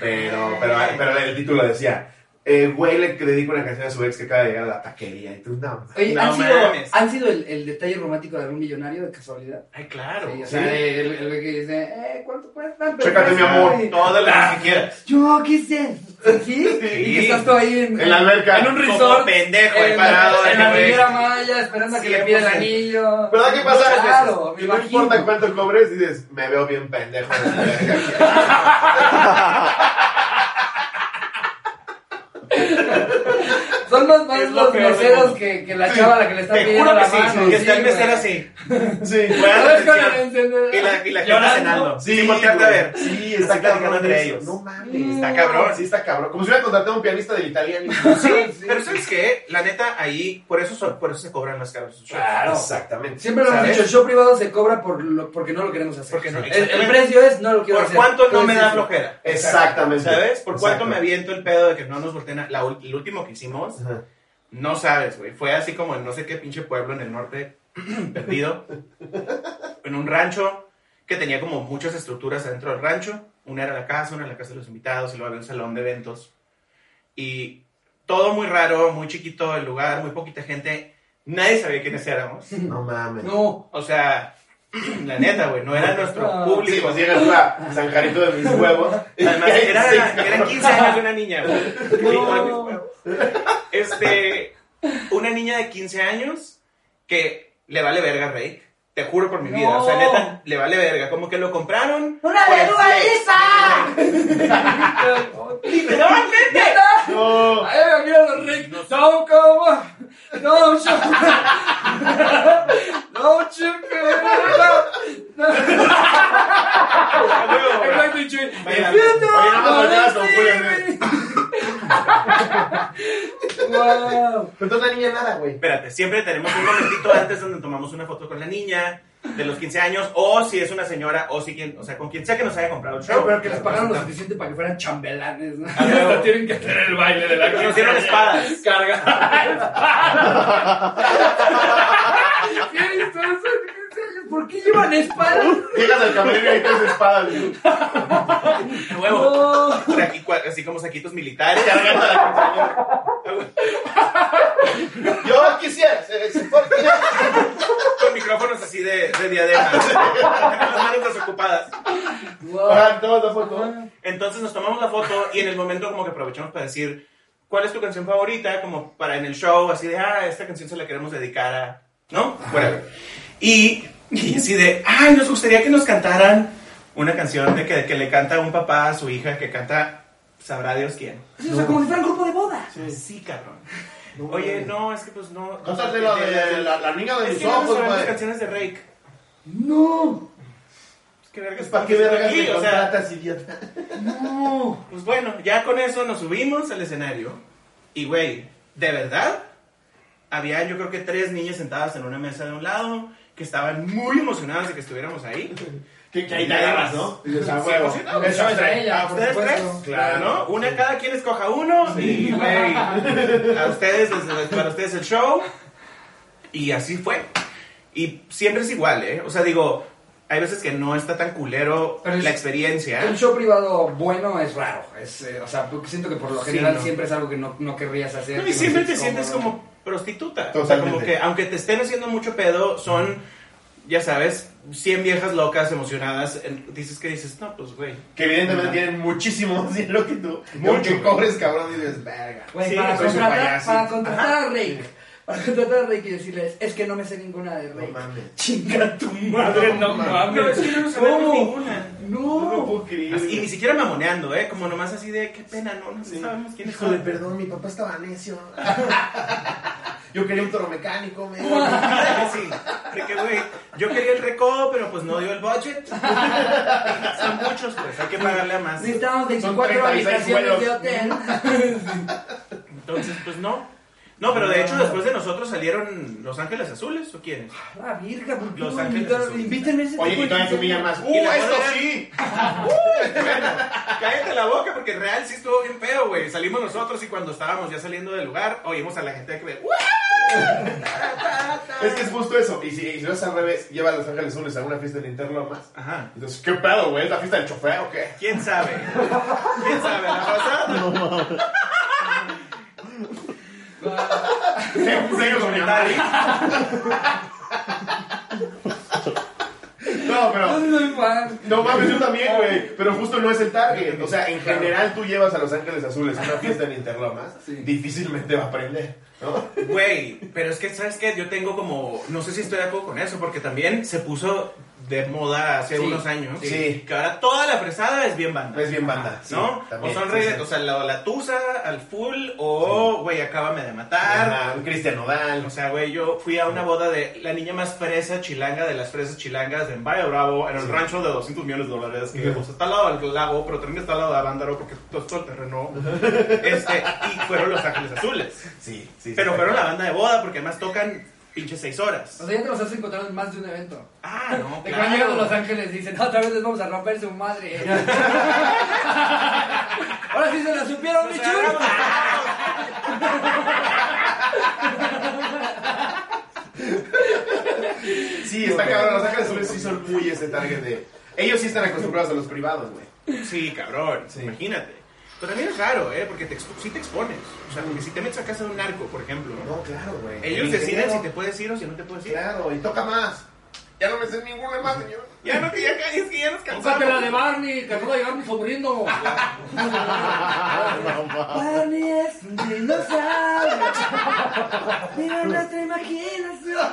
B: Pero, pero, pero el título decía, eh, güey le dedico una canción a su ex que acaba de llegar a la taquería. Y tú, Ah, no,
D: Oye,
C: No
D: ¿han sido,
C: mames.
D: ¿han sido el, el detalle romántico de algún millonario de casualidad?
C: Ay, claro.
D: Sí, o sea, el el güey que dice, eh, ¿cuánto cuesta?
B: Chécate, mi amor.
D: Ay,
C: Todo lo que quieras.
D: Yo, ¿qué sé? ¿Sí? Y que estás tú ahí en,
B: En la alberca.
D: En un
C: Como
D: resort.
C: pendejo, ahí
D: en,
C: parado,
D: en la
C: güey.
D: Riviera Maya, esperando a que le pida el
C: 100%.
D: anillo. Pues
B: ¿Verdad que pasa?
D: Claro, me
B: que no
D: imagino.
B: importa cuánto cobres, dices, me veo bien pendejo. en la verga".
D: Son más malos
C: Es lo
D: los
C: peor del
D: meseros
C: mundo.
D: que, que la chava a la que le está
C: Te
D: pidiendo
C: juro
D: la
C: que sí,
D: mano.
C: que está el
D: güey.
C: mesero así.
B: sí.
C: Bueno,
D: ¿Sabes cuál
C: atención.
D: encender?
C: Y la, y la gente
D: Llorando.
C: cenando.
B: Sí,
C: Sin voltearte a
B: güey.
C: ver.
B: Sí,
C: Así
B: está
C: platicando
B: cabrón
C: entre
B: eso.
C: ellos.
B: No mames.
C: Está cabrón.
B: Sí, está cabrón. Como si hubiera contratado a un pianista del italiano.
C: Sí, pero ¿sabes qué? La neta, ahí, por eso, son- por eso se cobran más caros sus shows.
D: Claro.
B: Exactamente.
D: Siempre lo hemos
C: ¿Sabes?
D: dicho, el show privado se cobra por lo- porque no lo queremos hacer.
C: Porque no,
D: el,
C: exactamente.
D: el precio es no lo quiero
C: ¿Por
D: hacer.
C: cuánto no
D: Entonces,
C: me da
D: Pues sí.
C: flojera?
B: Exactamente.
C: ¿Sabes? ¿Por cuánto
B: Exacto.
C: me aviento el pedo de que no nos volteen a... la ul- el último que hicimos,
B: Ajá.
C: no sabes, güey. Fue así como en no sé qué pinche pueblo en el norte, perdido, en un rancho que tenía como muchas estructuras adentro del rancho. Una era la casa, una era la casa de los invitados, y luego había un salón de eventos. Y todo muy raro, muy chiquito el lugar, muy poquita gente. Nadie sabía quiénes éramos.
B: No mames.
D: No.
C: O sea, la neta, güey, no era nuestro
D: Ah,
B: Sí,
C: público.
B: pues llegas tú a San Jarito de mis huevos.
C: Además, era,
B: Sí,
C: eran
B: cabrón.
C: 15 años de una niña, güey.
D: No.
C: Este, una niña de 15 años que le vale verga a Rake. Te juro por mi
D: No.
C: vida. O sea, neta, le vale verga. Como que lo compraron.
D: ¡Una
C: por el
D: verduga
C: flex.
D: lisa!
C: ¡Literalmente!
B: No.
D: Ay, me mira los ricos. No, como. No, chuco. No, chuco. No, no.
C: A huevo, güey.
D: Exacto, y Chuy.
C: Baila.
D: Fíjate,
B: Oye, nada más volteabas con
D: sí, güey. Wow.
B: Pero tú no niña nada, güey.
C: Espérate, siempre tenemos un momentito antes donde tomamos una foto con la niña de los 15 años, o si es una señora, o si quien, o sea, con quien sea que nos haya comprado el show.
D: Pero que les pagaron lo suficiente para que fueran chambelanes, ¿no?
C: huevo.
D: Tienen que hacer el baile de la
C: Nos dieron espadas.
D: Carga. ¿Qué es eso? ¿Por qué llevan espadas?
B: Llegas al camerino y hay tres espadas, güey.
C: A huevo.
D: No.
C: Aquí, cua- así como saquitos militares.
B: Cargando a la quinceañera. Yo quisiera ser ese porque-
C: con micrófonos así de, de diadema. las manos desocupadas.
D: Wow.
B: Ajá, todos la foto.
C: Entonces nos tomamos la foto y en el momento como que aprovechamos para decir cuál es tu canción favorita, como para en el show, así de, ah, esta canción se la queremos dedicar a... ¿No? Whatever. Y, y así de, ay, nos gustaría que nos cantaran una canción de que, que le canta un papá a su hija que canta, sabrá Dios quién.
D: Sí, o sea, como si fuera un grupo de boda.
C: Sí, cabrón. Oye, no, es que pues no...
B: Cántate la de la, la niña de
C: Es
B: mis
C: que no
B: ojos,
C: sabemos
B: güey.
C: canciones de Rake.
D: No.
C: ¿Qué vergas?
B: Pues, ¿Para qué vergas
C: Sí,
B: me
C: o sea,
B: contratas, idiota?
D: No.
C: Pues bueno, ya con eso nos subimos al escenario. Y güey, de verdad, había yo creo que tres niñas sentadas en una mesa de un lado que estaban muy emocionadas de que estuviéramos ahí.
B: Que, que
C: ahí te agarras, ¿no?
B: Dices, ah,
C: Sí,
B: huevo.
C: pues, sí,
D: no, pues,
B: Eso es-
D: ella.
C: A ustedes tres,
D: supuesto.
C: claro, ¿no? Una cada quien escoja uno y güey, a ustedes, desde- para ustedes el show. Y así fue. Y siempre es igual, ¿eh? O sea, digo, hay veces que no está tan culero
D: Pero es-
C: la experiencia.
D: Un show privado bueno es raro. Es, eh, o sea, porque siento que por lo
C: Sí,
D: general
C: no.
D: siempre es algo que no, no querrías hacer.
C: No,
D: que
C: y
D: no
C: siempre te sientes
D: cómodo.
C: como prostituta. O sea,
B: Totalmente.
C: como que aunque te estén haciendo mucho pedo, son, ya sabes, 100 viejas locas, emocionadas. en- dices que dices, no, pues güey.
B: Que evidentemente
C: Ajá.
B: tienen muchísimo más dinero que tú.
C: Mucho.
B: Mucho. Que cobres, cabrón, y dices, verga.
D: Güey,
C: Sí,
D: para,
C: soy su
D: contratar,
C: payaso.
D: para contratar a Rick
A: para contratar a Reiki y decirles, es que no me sé ninguna de
B: No
A: Reiki.
B: mames.
A: Chinga tu madre, no mames.
C: No, es que no nos sabemos
A: ¿Cómo?
C: ninguna.
B: No lo
A: No.
B: puedo creer.
C: Y ni siquiera mamoneando, ¿eh? Como nomás así de, qué pena, no, no
B: Sí.
C: sabemos quién es.
B: Hijo de perdón, mi papá estaba necio. Yo quería un toro mecánico, me.
C: sí, de que, güey, yo quería el recodo, pero pues no dio el budget. Son muchos, pues, hay que pagarle a más.
A: Necesitamos 24
B: 36
A: habitaciones de
B: vuelos.
A: hotel.
C: Entonces, pues no. No, pero de hecho, después de nosotros salieron Los Ángeles Azules, ¿o quiénes?
A: La virga, ¿por qué
C: Los
A: no
C: Ángeles
A: invitaron?
C: Azules.
A: Invítenme a ese
B: Oye,
A: tipo
B: y
A: de
B: todavía subía
A: quinceañera.
B: más.
C: Y
B: ¡Uh,
C: la
B: esto
C: boda-
B: sí!
C: Cállate la boca, porque en real sí estuvo bien pedo, güey. Salimos nosotros y cuando estábamos ya saliendo del lugar, oímos a la gente que ve, "¡Uah!".
B: Es que es justo eso. Y si, y si lo es al revés, lleva a Los Ángeles Azules a una fiesta en Interlomas.
C: Ajá.
B: Entonces, ¿qué pedo, güey? ¿Es la fiesta del chofer o qué?
C: ¿Quién sabe? ¿Quién sabe? ¿La raza?
B: Sí, sí, lo
C: ¿Qué
B: mismo.
C: tal?
B: No, pero.
A: No soy fan.
B: No mames, yo también, güey. Pero justo no es el target. O sea, en general tú llevas a Los Ángeles Azules a una fiesta en Interlomas.
A: Sí.
B: Difícilmente va a aprender, ¿no?
C: Güey, pero es que, ¿sabes qué? Yo tengo como, no sé si estoy de acuerdo con eso, porque también se puso de moda hace
A: Sí,
C: unos años.
B: sí.
C: Que ahora toda la fresada es bien banda.
B: Es bien banda. sí,
C: ¿No?
B: también,
C: o son
B: sí,
C: reggaeton,
B: sí.
C: o sea, la, la tusa al full, o, güey, acábame de matar.
B: Ajá, un Cristian Nodal.
C: O sea, güey, yo fui a una boda de la niña más fresa chilanga de las fresas chilangas en Valle Bravo, en el
B: Sí.
C: rancho de 200 millones de dólares, que
B: Ajá.
C: pues, está al lado del lago, pero también está al lado de Avándaro, porque todo, todo el terreno. Este, y fueron Los Ángeles Azules.
B: Sí, sí.
C: Pero
B: sí,
C: fueron la banda de boda, porque además tocan pinches 6 horas.
A: O sea, ya te los has encontrado en más de un evento.
C: Ah, no,
A: De cuando llegan a Los
C: claro.
A: Ángeles y dicen, otra vez les vamos a romper su madre. Ahora sí se la supieron,
C: O
A: mi
C: sea,
A: chulo.
B: Sí, está cabrón. Los Ángeles Azules sí son muy ese target de. Ellos sí están acostumbrados a los privados, güey.
C: Sí, cabrón,
B: Sí.
C: imagínate. Pero también es raro, ¿eh? Porque te, expo- sí te expones. O sea, porque si te metes a casa de un narco, por ejemplo,
B: No, claro, güey.
C: ellos
B: El
C: deciden
B: ingeniero,
C: si te puedes ir o si no te puedes ir.
B: Claro, y toca más. Ya no me sé ninguna más, señor.
C: Ya no, que ya, ca- es que ya nos
A: Cómpratela
C: cansamos.
A: de Barney, que acabo de llegar mi sobrino. Barney es un dinosaurio. Mira nuestra imaginación.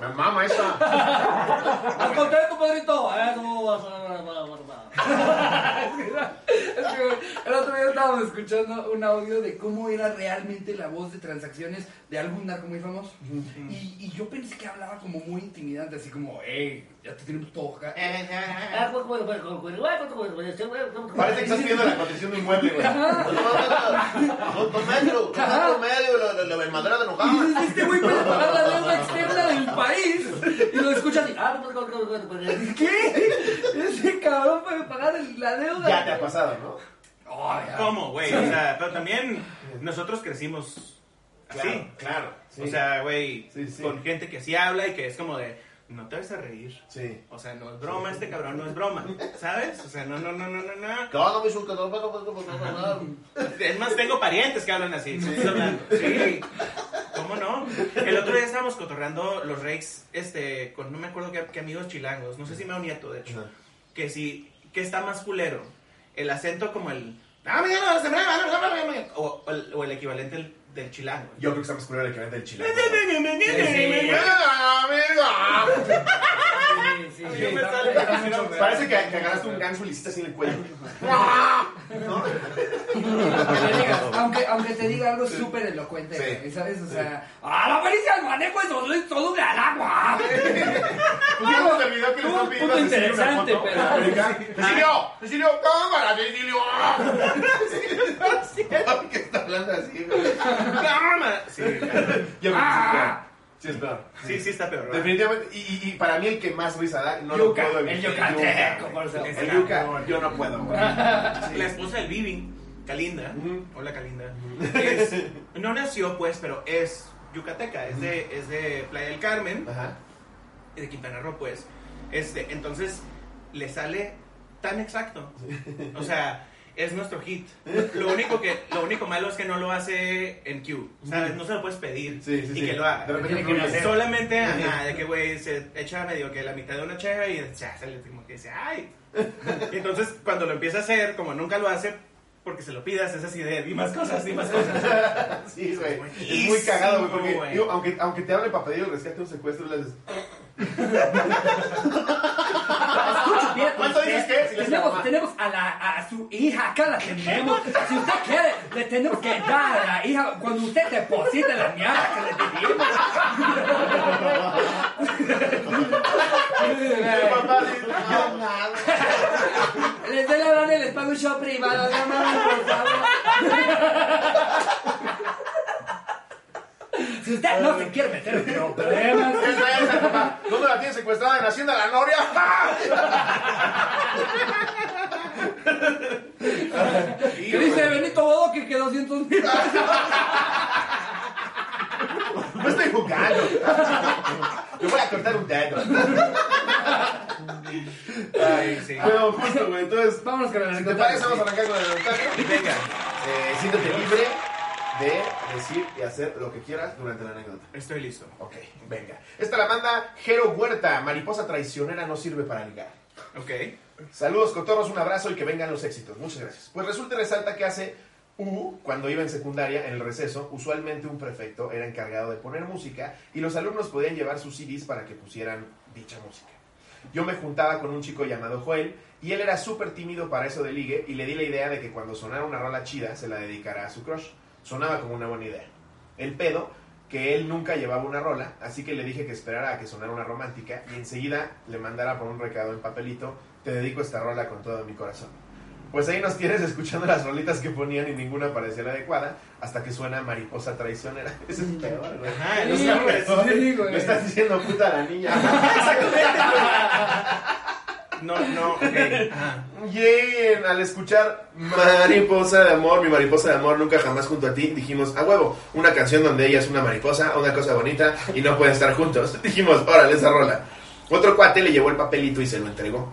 B: Me mama esa.
A: Al contrario, compadrito. Ah, no, vas a- vas a- vas a- Es que el otro día estábamos escuchando un audio de cómo era realmente la voz de transacciones de algún narco muy famoso. Y, y yo pensé que hablaba como muy intimidante, así como, hey, ya te tenemos todo acá.
B: Parece que estás pidiendo la condición de un mueble, güey. Con metro, con medio, el madera de
A: Y
B: enojada.
A: dices, este güey puede pagar la deuda externa del país. Y lo escuchas y, ah, ¿qué? Ese cabrón puede pagar el- la deuda.
B: Ya te ha pasado, ¿no?
A: Oh, ya.
C: ¿Cómo, güey? O sea, pero también nosotros crecimos así.
B: claro. sí.
C: O sea, güey,
B: Sí, sí.
C: con gente que así habla y que es como de, no te vas a reír.
B: sí.
C: O sea, no es broma, este cabrón no es broma, ¿sabes? O sea, no, no, no, no, no, no.
B: "Ah,
C: Es más, tengo parientes que hablan así. ¿no? Estoy hablando. Sí. ¿Cómo no? El otro día estábamos cotorreando los rakes, este, con no me acuerdo qué, qué amigos chilangos, no sé si me Nieto, de hecho, que si, que está más culero, el acento como el, o, o el, o el equivalente del, del chilango.
B: Yo creo que estamos cubriendo el equivalente del chile.
A: Sí, sí,
C: Ay,
A: sí,
C: yo me
A: está-
C: sale
A: está
C: la
A: mucho peor.
B: Parece que, que agarraste un gancho y le hiciste así en el cuello.
A: Aunque le digas- aunque, aunque te diga algo súper elocuente,
B: Sí.
A: ¿sabes? O sea, ¡ah, la pericia del manejo es todo, es todo un gran agua!
B: Vamos al video que le
A: Todo
B: están
A: un
B: pidiendo
A: punto
B: a Cecilio una
A: interesante,
B: foto.
A: pero-
B: Americana. Cecilio, Cecilio, cámara, Cecilio. ¿Por qué está hablando así, güey?
C: ¡Cámara! Sí, claro.
B: Yo creo que sí es peor. Sí, es peor.
C: sí, sí está peor. ¿verdad?
B: Definitivamente, y, y- y para mí el que más risa da, no
A: Yuca,
B: lo puedo
A: el
B: evitar.
A: yucateco,
B: Yuca,
A: por
B: güey.
A: supuesto.
B: El yuca, yo no puedo, güey.
C: La esposa del Bibi, Kalinda,
B: Ujú.
C: hola Kalinda, es- no nació pues, pero es yucateca, es de, es de Playa del Carmen,
B: Ajá.
C: de Quintana Roo pues. Este, entonces le sale tan exacto. O sea, es nuestro hit. Lo único que lo único malo es que no lo hace en Q, ¿sabes? No se lo puedes pedir
B: Sí, sí,
C: y
B: sí.
C: que lo haga.
B: De repente
A: Tiene que
B: fluye.
A: nacer.
C: Solamente, ajá, de que güey se echa medio que la mitad de una chave y ya sale como que dice, ay. Y entonces cuando lo empieza a hacer, como nunca lo hace, porque se lo pidas, es así de, di más cosas, di más cosas.
B: Sí, güey. Es muy
C: Buenísimo,
B: cagado, güey. Porque,
C: güey.
B: digo, aunque, aunque te hable para pedir el rescate de un secuestro, le dices, ¿Cuánto
A: este,
B: dices que es? Y le dices,
A: Tenemos,
B: "Mamá".
A: tenemos a, la, a su hija, acá la tenemos. Si usted quiere, le tenemos que dar a la hija cuando usted deposite la mierda que le pedimos.
B: "Pero papá, sí, no, nada.
A: Les doy la lana y les pago un show privado. No mames, por favor. Si usted no se quiere meter en problemas,
B: Esa, esa, papá. ¿Dónde la tienes secuestrada? ¿En Hacienda La Noria?
A: que dice Benito Bodoque que 200 mil.
B: Pues No estoy jugando. Yo voy a cortar un dedo.
C: Ay, sí.
B: Pero justo, güey. Entonces,
A: Vámonos con el
B: ¿te parece? Vamos a arrancar con el comentario.
C: Venga,
B: Eh, siéntete libre de decir y hacer lo que quieras durante la anécdota.
C: estoy listo.
B: Ok, venga. Esta la manda Jero Huerta. Mariposa traicionera no sirve para ligar.
C: Ok.
B: Saludos, cotorros, un abrazo y que vengan los éxitos. Muchas gracias. Pues resulta y resalta que hace U, cuando iba en secundaria, en el receso, usualmente un prefecto era encargado de poner música y los alumnos podían llevar sus CDs para que pusieran dicha música. Yo me juntaba con un chico llamado Joel y él era súper tímido para eso de ligue y le di la idea de que cuando sonara una rola chida se la dedicara a su crush. Sonaba como una buena idea. El pedo que él nunca llevaba una rola, así que le dije que esperara a que sonara una romántica y enseguida le mandara por un recado en papelito, te dedico esta rola con todo mi corazón. Pues ahí nos tienes escuchando las rolitas que ponían y ninguna parecía la adecuada, hasta que suena mariposa traicionera. Eso es peor, güey.
C: Ajá,
A: Sí,
C: no sé,
A: güey.
C: pues,
A: sí, güey.
B: Me estás diciendo puta a la niña. Exactamente.
C: No, no, ok. Ajá.
B: Lleguen al escuchar Mariposa de Amor, mi mariposa de amor, nunca jamás junto a ti, dijimos, a huevo, una canción donde ella es una mariposa, una cosa bonita y no pueden estar juntos. Dijimos, órale, esa rola. Otro cuate le llevó el papelito y se lo entregó.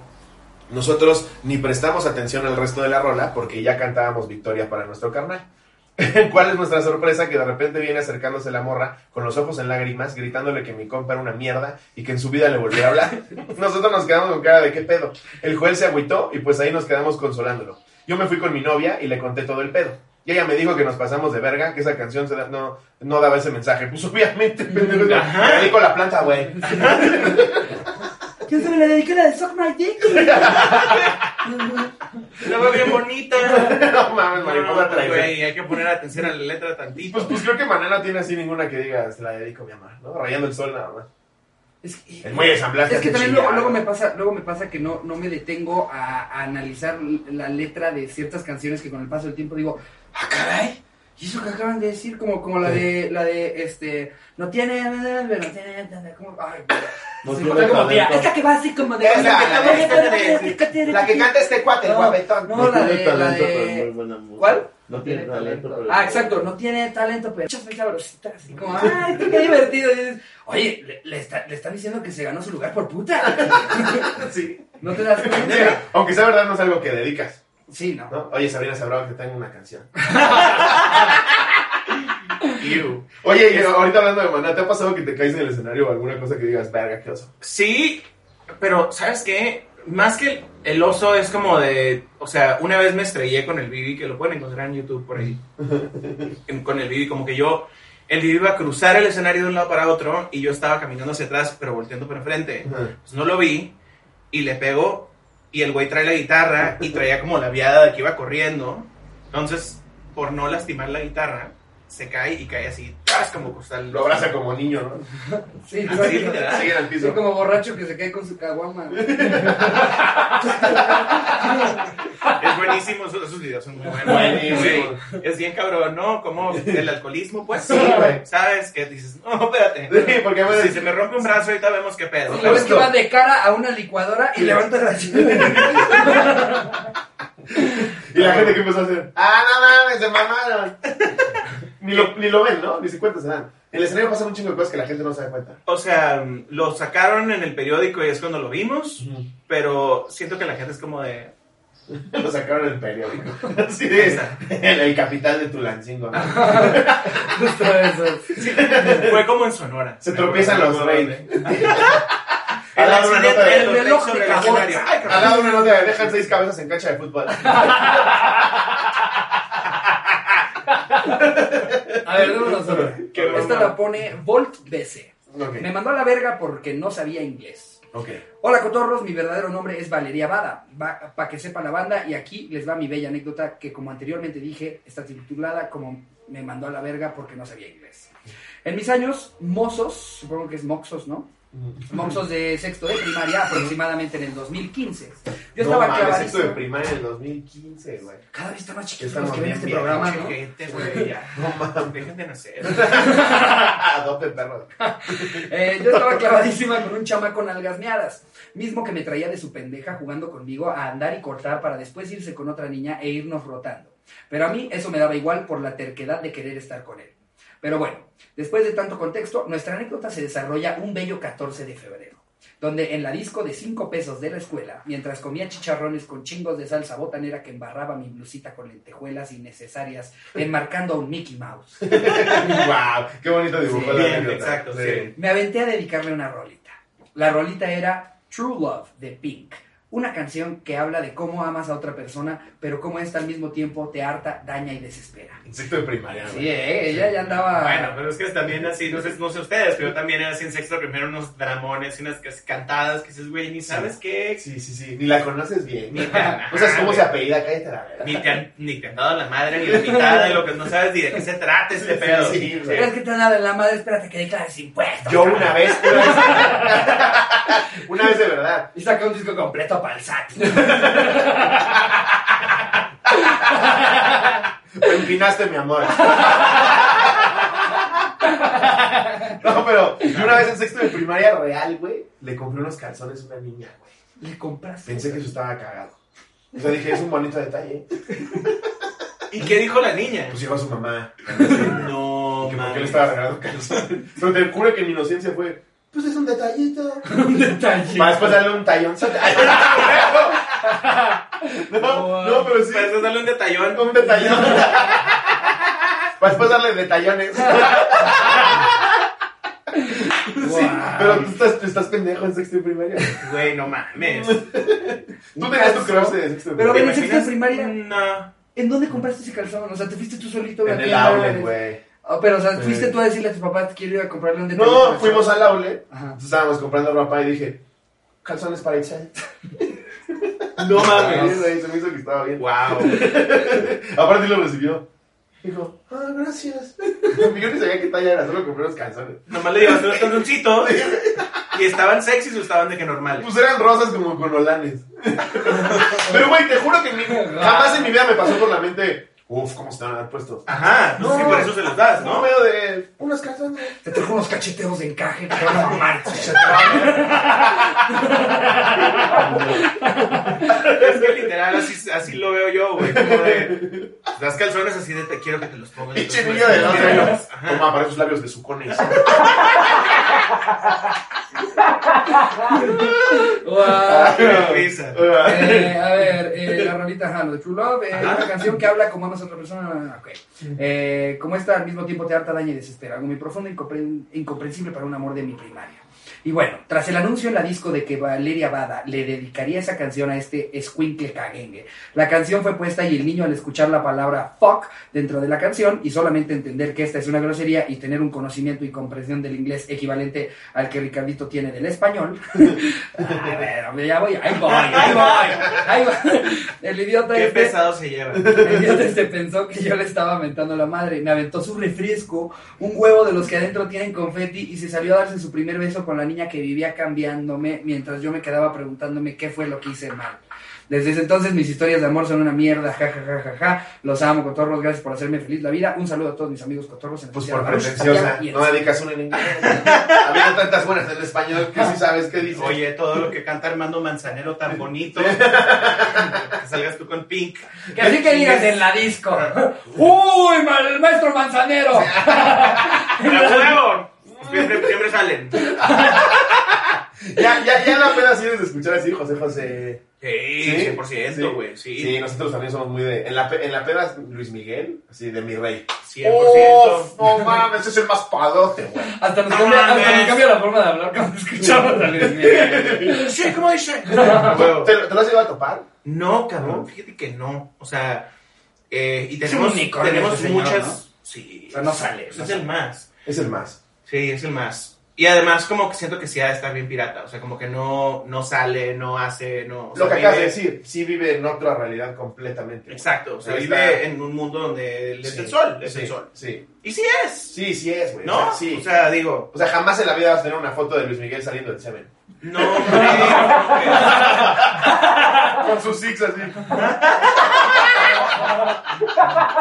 B: Nosotros ni prestamos atención al resto de la rola porque ya cantábamos Victoria para nuestro carnal. ¿Cuál es nuestra sorpresa? Que de repente viene acercándose la morra con los ojos en lágrimas, gritándole que mi compa era una mierda y que en su vida le volviera a hablar. Nosotros nos quedamos con cara de qué pedo. El juez se agüitó y pues ahí nos quedamos consolándolo. Yo me fui con mi novia y le conté todo el pedo. Y ella me dijo que nos pasamos de verga, que esa canción se da- no, no daba ese mensaje. Pues obviamente, pendejo. Me dedico a la planta, güey.
A: Yo se le dediqué la de Suck My Dick.
C: La veo bien bonita.
B: No mames, mariposa
C: No,
B: traicionera.
C: güey, hay que poner atención a la letra tantito.
B: Pues, pues creo que Maná no tiene así ninguna que diga, se la dedico mi amor, ¿no? Rayando el sol nada más.
A: Es que,
B: El muelle de San Blas
A: Es que
B: hace
A: también luego,
B: chillar.
A: luego me pasa, luego me pasa que no, no me detengo a, a analizar la letra de ciertas canciones que con el paso del tiempo digo, ah, caray, y eso que acaban de decir, como, como la
B: Sí.
A: de, la de este, no tiene, no tiene, como, ay,
B: No
A: sí,
B: tiene
A: o sea, como
B: Pues
A: tía,
B: talento.
A: esta que va así como de
B: Esa, la de-
A: de-
B: La que canta este cuate, el
A: No,
B: guapetón.
A: no, la de, la de, ¿cuál?
D: No tiene talento, pero-
A: Ah, exacto, no tiene talento, pero muchas veces sabrosita, así como, ay, qué divertido. Y dices, Oye, le, le está, le está diciendo que se ganó su lugar por puta.
B: Sí.
A: ¿No te das
B: Sí,
A: cuenta?
B: Aunque sea verdad, no es algo que dedicas.
A: Sí, no.
B: ¿no? Oye, Sabrina Sabrado, que tengo una canción.
C: Pues,
B: Ew. Oye, y ahorita hablando de maná, ¿te ha pasado que te caes en el escenario o alguna cosa que digas, verga, qué oso?
C: Sí, pero ¿sabes qué? Más que el, el oso es como de, o sea, una vez me estrellé con el Bibi, que lo pueden encontrar en YouTube por ahí, en- con el Bibi, como que yo, el Bibi iba a cruzar el escenario de un lado para otro y yo estaba caminando hacia atrás, pero volteando para enfrente, pues no lo vi y le pego y el güey trae la guitarra y traía como la viada de que iba corriendo, entonces, por no lastimar la guitarra, se cae y cae así, ¡tas! como costal.
B: Lo abraza como niño, ¿no?
A: Sí,
C: Así,
A: exacto.
C: literal.
B: Sigue al
A: Soy
B: piso.
A: como borracho que se cae con su caguama.
C: Es buenísimo, esos, esos videos son muy buenos.
B: Buenísimo.
C: Güey, Es bien cabrón, ¿no? Como el alcoholismo, pues
B: Sí, güey.
C: ¿Sabes? Que dices, no, espérate.
B: Sí, porque bueno,
C: si se me rompe un brazo, ahorita vemos qué pedo.
A: Lo ves que va de cara a una licuadora y levanta la chingada.
B: Y la gente que empezó a hacer, ah, no mames, se mamaron. ni, lo, ni lo ven, ¿no? Ni se cuenta se dan. En el escenario pasan un chingo de cosas que la gente no se da cuenta.
C: O sea, lo sacaron en el periódico y es cuando lo vimos, pero siento que la gente es como de...
B: Lo sacaron del periódico. Así de, el, el capital de Tulancingo, ¿no?
A: Justo eso.
C: Fue como en Sonora.
B: Se tropiezan los reyes.
C: El
B: Al lado una nota
C: accidente,
B: de-
C: el reloj
A: reloj de
C: sobre el
A: cajón.
C: escenario. Ay,
B: al lado una nota de dejan seis cabezas en cancha de fútbol.
A: A ver, démonos otra.
B: Qué
A: Esta
C: broma.
A: la pone Volt BC. Me
B: Ok,
A: mandó a la verga porque no sabía inglés.
B: ok.
A: Hola cotorros, mi verdadero nombre es Valeria Bada, para que sepa la banda y aquí les va mi bella anécdota que como anteriormente dije está titulada como me mandó a la verga porque no sabía inglés. En mis años, mozos, supongo que es moxos, ¿no? Moxos de sexto de primaria aproximadamente en el 2015. Yo
B: no,
A: estaba
B: mames, sexto de
A: clavadísimo.
B: primaria en el 2015, güey.
A: Cada vez está más chiquito
B: Estamos
A: los que ven
B: bien
A: este
B: viejos,
A: programa,
C: Pinche
A: ¿no?
C: gente, güey, ya. Dejen de nacer.
B: Adopte perro.
A: Eh, yo estaba clavadísima con un chamaco con algasmeadas, mismo que me traía de su pendeja jugando conmigo a andar y cortar para después irse con otra niña e irnos rotando. Pero a mí eso me daba igual por la terquedad de querer estar con él. Pero bueno, después de tanto contexto, nuestra anécdota se desarrolla un bello 14 de febrero, donde en la disco de 5 pesos de la escuela, mientras comía chicharrones con chingos de salsa botanera que embarraba mi blusita con lentejuelas innecesarias, enmarcando a un Mickey Mouse.
B: wow, qué bonito dibujo.
C: Sí,
B: la
C: bien,
B: anécdota.
C: exacto, sí.
A: Me aventé a dedicarle una rolita. La rolita era True Love de Pink, una canción que habla de cómo amas a otra persona, pero cómo esta al mismo tiempo te harta, daña y desespera.
B: En Sexto de primaria,
A: Sí,
B: güey.
A: ¿eh? ella ya andaba...
C: Bueno, pero es que también así, no sé, no sé ustedes, pero yo también era así en sexto primero unos dramones y unas cas- cantadas que dices, güey, ni sabes qué,
B: Sí, sí, sí. Ni la conoces bien.
C: Ni-
B: no sabes cómo se apellida, cállate la verga.
C: ni te han, ni te han dado la madre, ni la mitad de lo que no sabes ni de qué se trata este
B: Sí,
C: pedo.
B: sí, sí, güey.
A: Pero es que te han dado en la madre, espérate que declares impuestos.
B: Yo una vez, una vez, una vez de verdad.
A: Y saca un disco completo para el SAT.
B: Me empinaste, mi amor. No, pero yo una vez en sexto de primaria real, güey, le compré unos calzones a una niña, güey.
A: Le compraste.
B: Pensé que eso estaba cagado. O sea, dije, es un bonito detalle.
C: ¿Y qué dijo la niña?
B: Pues llegó su mamá.
C: No,
B: que por qué
C: mames.
B: le estaba regalando calzones. Pero te juro que mi inocencia fue, pues es un detallito.
A: un detalle.
B: Más después darle un tallón. No, no, pero sí.
C: Pues, dale un detallón.
B: Un detallón. Para después darle detallones.
A: Wow.
B: Sí, pero tú estás, tú estás pendejo en sexto y primaria.
C: Güey, no mames.
B: Tú tenías tu clase de sexto y
A: Pero
B: primaria.
A: ven, en sexto de
C: imaginas?
A: primaria.
C: No.
A: ¿En dónde compraste ese calzón? O sea, te fuiste tú solito. a
B: En
A: la
B: el
A: tienda,
B: aula,
A: ¿no?
B: güey.
A: Ah, pero, o sea, fuiste
B: Sí.
A: tú a decirle a tus papás que quiero ir a comprarle un detalle.
B: No, fuimos al aula.
A: Ajá.
B: Entonces estábamos comprando ropa y dije, calzones para Itzel.
C: No
B: Sí,
C: mames.
B: güey, Se me hizo que estaba bien.
C: Wow.
B: Aparte lo recibió. Dijo, ah, gracias. Yo ni sabía qué talla era, solo compré los calzones.
C: Nomás le llevaste unos calzoncitos y estaban sexys o estaban de que normales.
B: Pues eran rosas como con olanes. Pero, güey, te juro que ni- jamás en mi vida me pasó por la mente, uf, cómo están puestos.
C: Ajá, no,
B: No.
C: sé por eso se los das,
B: No,
C: ¿no?
B: veo de unos calzones.
A: Te trajo unos cacheteos de encaje, pero no marches.
C: Es que literal así, así lo veo yo, güey. Como de. pues, Das calzones así de te quiero que te los pongas.
B: Pinche niño de dos años.
C: Pues, Ajá.
B: Toma para esos labios de sucones.
A: Guau.
C: Qué risa.
A: Eh, a ver, eh, la rolita ajá, lo de True Love, eh,
C: Ajá.
A: una canción que habla como amas a otra persona. ok. Eh, como esta, al mismo tiempo te harta, daña y desespera. Algo muy profundo e incompren- incomprensible para un amor de mi primaria. Y bueno, tras el anuncio en la disco de que Valeria Bada le dedicaría esa canción a este escuincle caguengue, la canción fue puesta y el niño al escuchar la palabra fuck dentro de la canción y solamente entender que esta es una grosería y tener un conocimiento y comprensión del inglés equivalente al que Ricardito tiene del español, a ver, hombre, ya voy, ahí voy, ahí voy, ahí voy. El idiota
C: Qué
A: este,
C: pesado se lleva.
A: el idiota este pensó que yo le estaba aventando la madre. Me aventó su refresco, un huevo de los que adentro tienen confeti y se salió a darse su primer beso con la niña que vivía cambiándome mientras yo me quedaba preguntándome qué fue lo que hice mal. Desde ese entonces mis historias de amor son una mierda, ja, ja, ja, ja, ja. Los amo, cotorros, gracias por hacerme feliz la vida. Un saludo a todos mis amigos cotorros. en
B: Pues
A: especial a
B: por
A: Baruch,
B: pretenciosa,
A: Santiago y el-
B: no dedicas una en inglés. Había tantas buenas en español que sí sabes qué dice.
C: Oye, todo lo que canta Armando Manzanero tan bonito. que salgas tú con Pink.
A: Que así que digas en la disco. ¡Uy, ma- el maestro manzanero!
C: ¡Pero huevo! Siempre, siempre salen.
B: Ya, ya, ya la peda sí eres de escuchar así, José José.
C: Sí, 100%, güey. Sí,
B: Sí, nosotros también somos muy de. En la, pe- en la peda, Luis Miguel, así de mi rey.
C: 100%.
B: Uf, no mames, ese es el más padote, güey.
A: Hasta nos
C: No
A: cambia, hasta
C: mames.
A: nos cambia la forma de hablar cuando escuchamos a Luis Miguel.
C: Sí, ¿cómo dice?
B: ¿Te, lo- ¿Te lo has ido a topar?
C: No, cabrón, fíjate que no. O sea, Eh, y
A: Es
C: tenemos,
A: un unicornio
C: tenemos
A: este señor,
C: muchas.
A: ¿no?
C: Sí.
A: O sea, no sale,
C: Es
A: no
C: el
A: sale.
C: más.
B: Es el más.
C: Sí, es el más. Y además, como que siento que sí ha de estar bien pirata. O sea, como que no, no sale, no hace, no. o
B: Lo
C: sea,
B: que acabas de
C: vive-
B: decir, sí vive en otra realidad completamente.
C: Exacto. O sea,
B: Ahí está.
C: vive en un mundo donde es
B: Sí,
C: el sol. Es
B: sí,
C: el sol.
B: Sí,
C: Y sí es.
B: sí, sí es, güey.
C: ¿No?
B: O sea, sí.
C: O sea, digo,
B: O sea, jamás en la vida vas a tener una foto de Luis Miguel saliendo del Seven.
C: no. hombre.
B: Con sus six así.